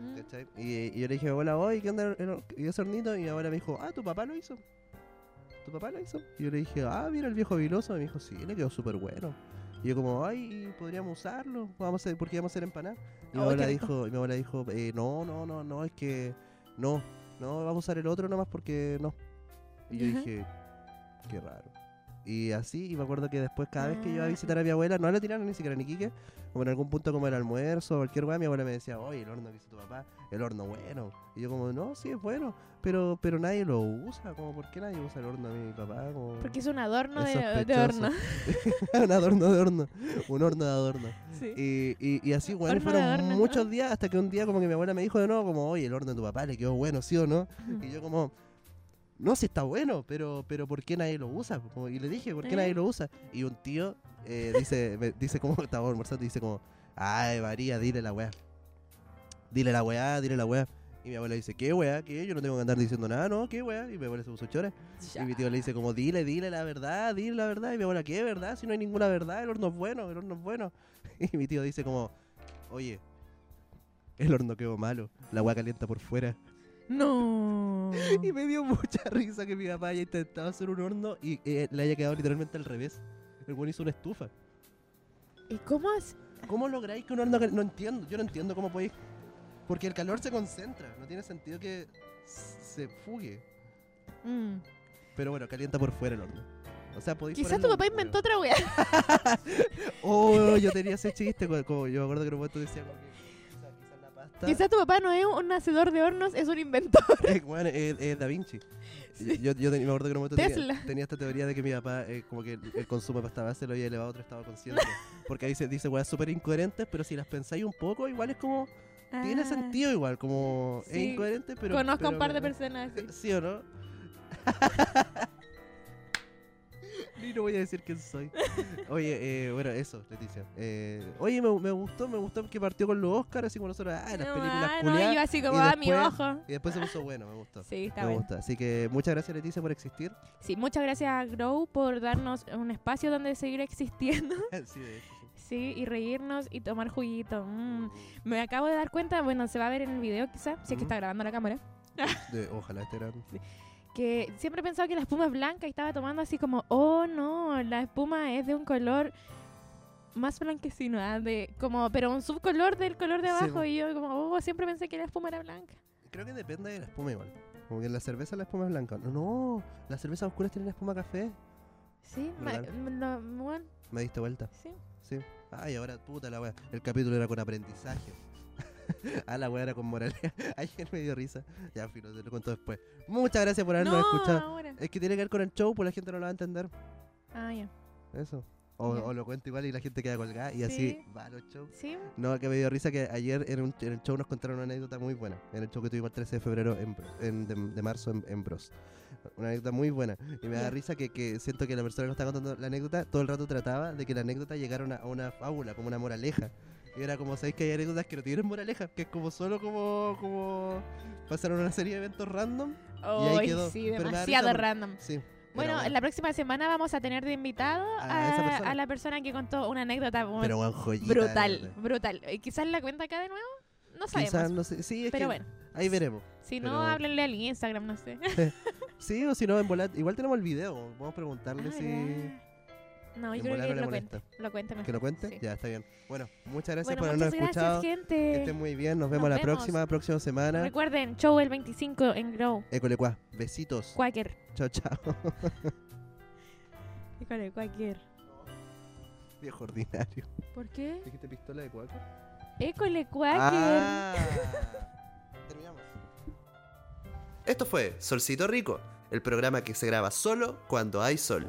S2: Mm.
S1: ¿cachai? Y, y yo le dije, abuela, hoy, ¿qué onda el hor- y ese hornito? Y mi abuela me dijo, ah, tu papá lo hizo. ¿Tu papá lo hizo? Y yo le dije, ah, mira el viejo viloso. Y me dijo, sí, le quedó súper bueno. Y yo como, ay, podríamos usarlo, vamos a hacer, porque vamos a hacer empanadas. Y mi
S2: Ay, Oh, qué
S1: abuela
S2: rico.
S1: dijo, y mi abuela dijo eh, no, no, no, no, es que no, no, vamos a usar el otro nomás porque no. Y yo
S2: Ajá.
S1: dije, qué raro. Y así, y me acuerdo que después cada vez que yo iba a
S2: Ah.
S1: visitar a mi abuela, no la tiraron ni siquiera en Iquique, como en algún punto como el almuerzo o cualquier weá, mi abuela me decía, oye, el horno que hizo tu papá, el horno bueno. Y yo como, no, sí es bueno, pero pero nadie lo usa, como, ¿por qué nadie usa el horno de mi papá? Como,
S2: Porque es un adorno
S1: Es
S2: de, de
S1: sospechoso.
S2: horno.
S1: un adorno de horno, un horno de adorno.
S2: Sí.
S1: Y, y, y así, weón,
S2: Horno de
S1: fueron
S2: adorno, ¿no?
S1: muchos días hasta que un día como que mi abuela me dijo de nuevo, como, oye, el horno de tu papá le quedó bueno, ¿sí o no?
S2: Ujú.
S1: Y yo como, no, si está bueno, pero, pero ¿por qué nadie lo usa? Como- y le dije, ¿por qué
S2: Eh.
S1: nadie lo usa? Y un tío eh, dice, me dice como estaba almorzando, y dice como, ay, María, dile la weá. Dile la weá, dile la weá. Y mi abuela dice, ¿qué weá? ¿Qué? Yo no tengo que andar diciendo nada, no, ¿qué weá? Y mi abuela se puso a llorar. Y mi tío le dice como, dile, dile la verdad, dile la verdad. Y mi abuela, ¿qué verdad? Si no hay ninguna verdad, el horno es bueno, el horno es bueno. Y mi tío dice como, oye, el horno quedó malo, la weá calienta por fuera.
S2: No.
S1: Y me dio mucha risa que mi papá haya intentado hacer un horno y eh, le haya quedado literalmente al revés. El weón hizo una estufa.
S2: ¿Y cómo es?
S1: ¿Cómo lográis que un horno... cal- No entiendo, yo no entiendo cómo podéis... Porque el calor se concentra, no tiene sentido que s- se fugue.
S2: Mm.
S1: Pero bueno, calienta por fuera el horno. O sea, podéis
S2: Quizás
S1: ponerle
S2: tu
S1: un
S2: papá
S1: huevo.
S2: inventó otra weá.
S1: Oh, yo tenía ese chiste, co- como yo me acuerdo que en un momento decía como que... quizás- quizás la pasta-
S2: Quizás tu papá no es un hacedor de hornos, es un inventor.
S1: Eh, bueno, es, es Da Vinci. Yo, yo, yo tenía- me acuerdo que en un momento
S2: Tesla.
S1: tenía, tenía esta teoría de que mi papá, eh, como que el, el consumo de pasta base lo había elevado a otro estado de conciencia. Porque ahí se dice weas súper incoherentes, pero si las pensáis un poco, igual es como. Tiene
S2: Ah.
S1: sentido, igual. Como
S2: Sí.
S1: es incoherente, pero.
S2: Conozco a
S1: pero-
S2: un par de personas así.
S1: ¿Sí o no? Ni no voy a decir quién soy. Oye, eh, bueno, eso, Leticia. Eh, oye, me, me gustó, me gustó que partió con los Oscars, así como nosotros, ah, las
S2: No,
S1: películas
S2: ah, no,
S1: culiadas,
S2: yo así como,
S1: y
S2: ah, mi
S1: después-
S2: ojo.
S1: Y después se puso bueno, me gustó.
S2: Sí, está
S1: Me
S2: bueno.
S1: gusta. Así que muchas gracias Leticia por existir.
S2: Sí, muchas gracias a Grow por darnos un espacio donde seguir existiendo.
S1: sí, de hecho, sí.
S2: Sí, y reírnos y tomar juguito. Mm. Me acabo de dar cuenta, bueno, se va a ver en el video quizá, si es que
S1: Mm.
S2: está grabando la cámara,
S1: De- ojalá este era-
S2: que siempre he pensado que la espuma es blanca y estaba tomando así como, oh no, la espuma es de un color más blanquecino, ah, de, como, pero un subcolor del color de
S1: Sí,
S2: abajo.
S1: bo.
S2: y yo como, oh, siempre pensé que la espuma era blanca.
S1: Creo que depende de la espuma igual. Como que en la cerveza la espuma es blanca. No, no, las cervezas oscuras tienen espuma café.
S2: Sí, ma-
S1: ¿Verdad?
S2: m- no, bueno,
S1: Me diste vuelta.
S2: sí.
S1: Sí. Ay, ahora puta la wea. El capítulo era con aprendizaje. ah, la wea era con moraleja. Ayer me dio risa. Ya, filo, te lo cuento después. Muchas gracias por habernos escuchado.
S2: ahora.
S1: Es que tiene que ver con el show, pues la gente no lo va a entender.
S2: Ah, ya.
S1: Eso. O,
S2: Ya.
S1: o lo cuento igual y la gente queda colgada y así va a los shows.
S2: Sí,
S1: No, que me dio risa que ayer en, un- en el show nos contaron una anécdota muy buena. En el show que tuvimos el 13 de febrero, en, en- de, de marzo, en, en Bros. Una anécdota muy buena. Y me
S2: Ya.
S1: da risa que, que siento que la persona que nos está contando la anécdota todo el rato trataba de que la anécdota llegara a una, a una fábula, como una moraleja. Y era como, ¿sabéis que hay anécdotas que no tienen moraleja? Que es como solo como, como pasaron una serie de eventos random. ahí
S2: Ay,
S1: quedó.
S2: sí,
S1: Pero me da risa
S2: demasiado
S1: porque-
S2: random.
S1: Sí. era
S2: Bueno,
S1: buena.
S2: la próxima semana vamos a tener de invitado
S1: A esa
S2: a,
S1: persona.
S2: a la persona que contó una anécdota bueno,
S1: Pero weón, joyita, la
S2: brutal,
S1: verdad.
S2: brutal. Eh, Quizás la cuenta acá de nuevo, no sabemos.
S1: Quizás, no sé. Sí, es
S2: pero
S1: que
S2: bueno,
S1: ahí veremos.
S2: si
S1: pero-
S2: no, háblenle al Instagram, no sé.
S1: Sí, o si no, en volar- igual tenemos el video. Vamos a preguntarle
S2: Ah,
S1: si...
S2: ¿verdad? No, yo
S1: en
S2: creo
S1: volar no
S2: que
S1: le
S2: lo
S1: molesta.
S2: cuente. Lo cuente mejor.
S1: ¿Que lo cuente?
S2: sí.
S1: Ya, está bien. Bueno, muchas gracias por
S2: Bueno, muchas
S1: habernos escuchado.
S2: gracias,
S1: Que
S2: gente.
S1: estén muy bien. Nos vemos
S2: Nos
S1: la
S2: vemos.
S1: próxima, próxima semana.
S2: Recuerden, show el 25 en Grow.
S1: Ecolecuá. Besitos.
S2: Quaker.
S1: Chao, chao.
S2: Híjole, Quaker.
S1: Viejo ordinario.
S2: ¿Por qué?
S1: ¿Dijiste pistola de cuaco?
S2: École, Quaker.
S1: Ah. Terminamos. Esto fue Solcito Rico, el programa que se graba solo cuando hay sol.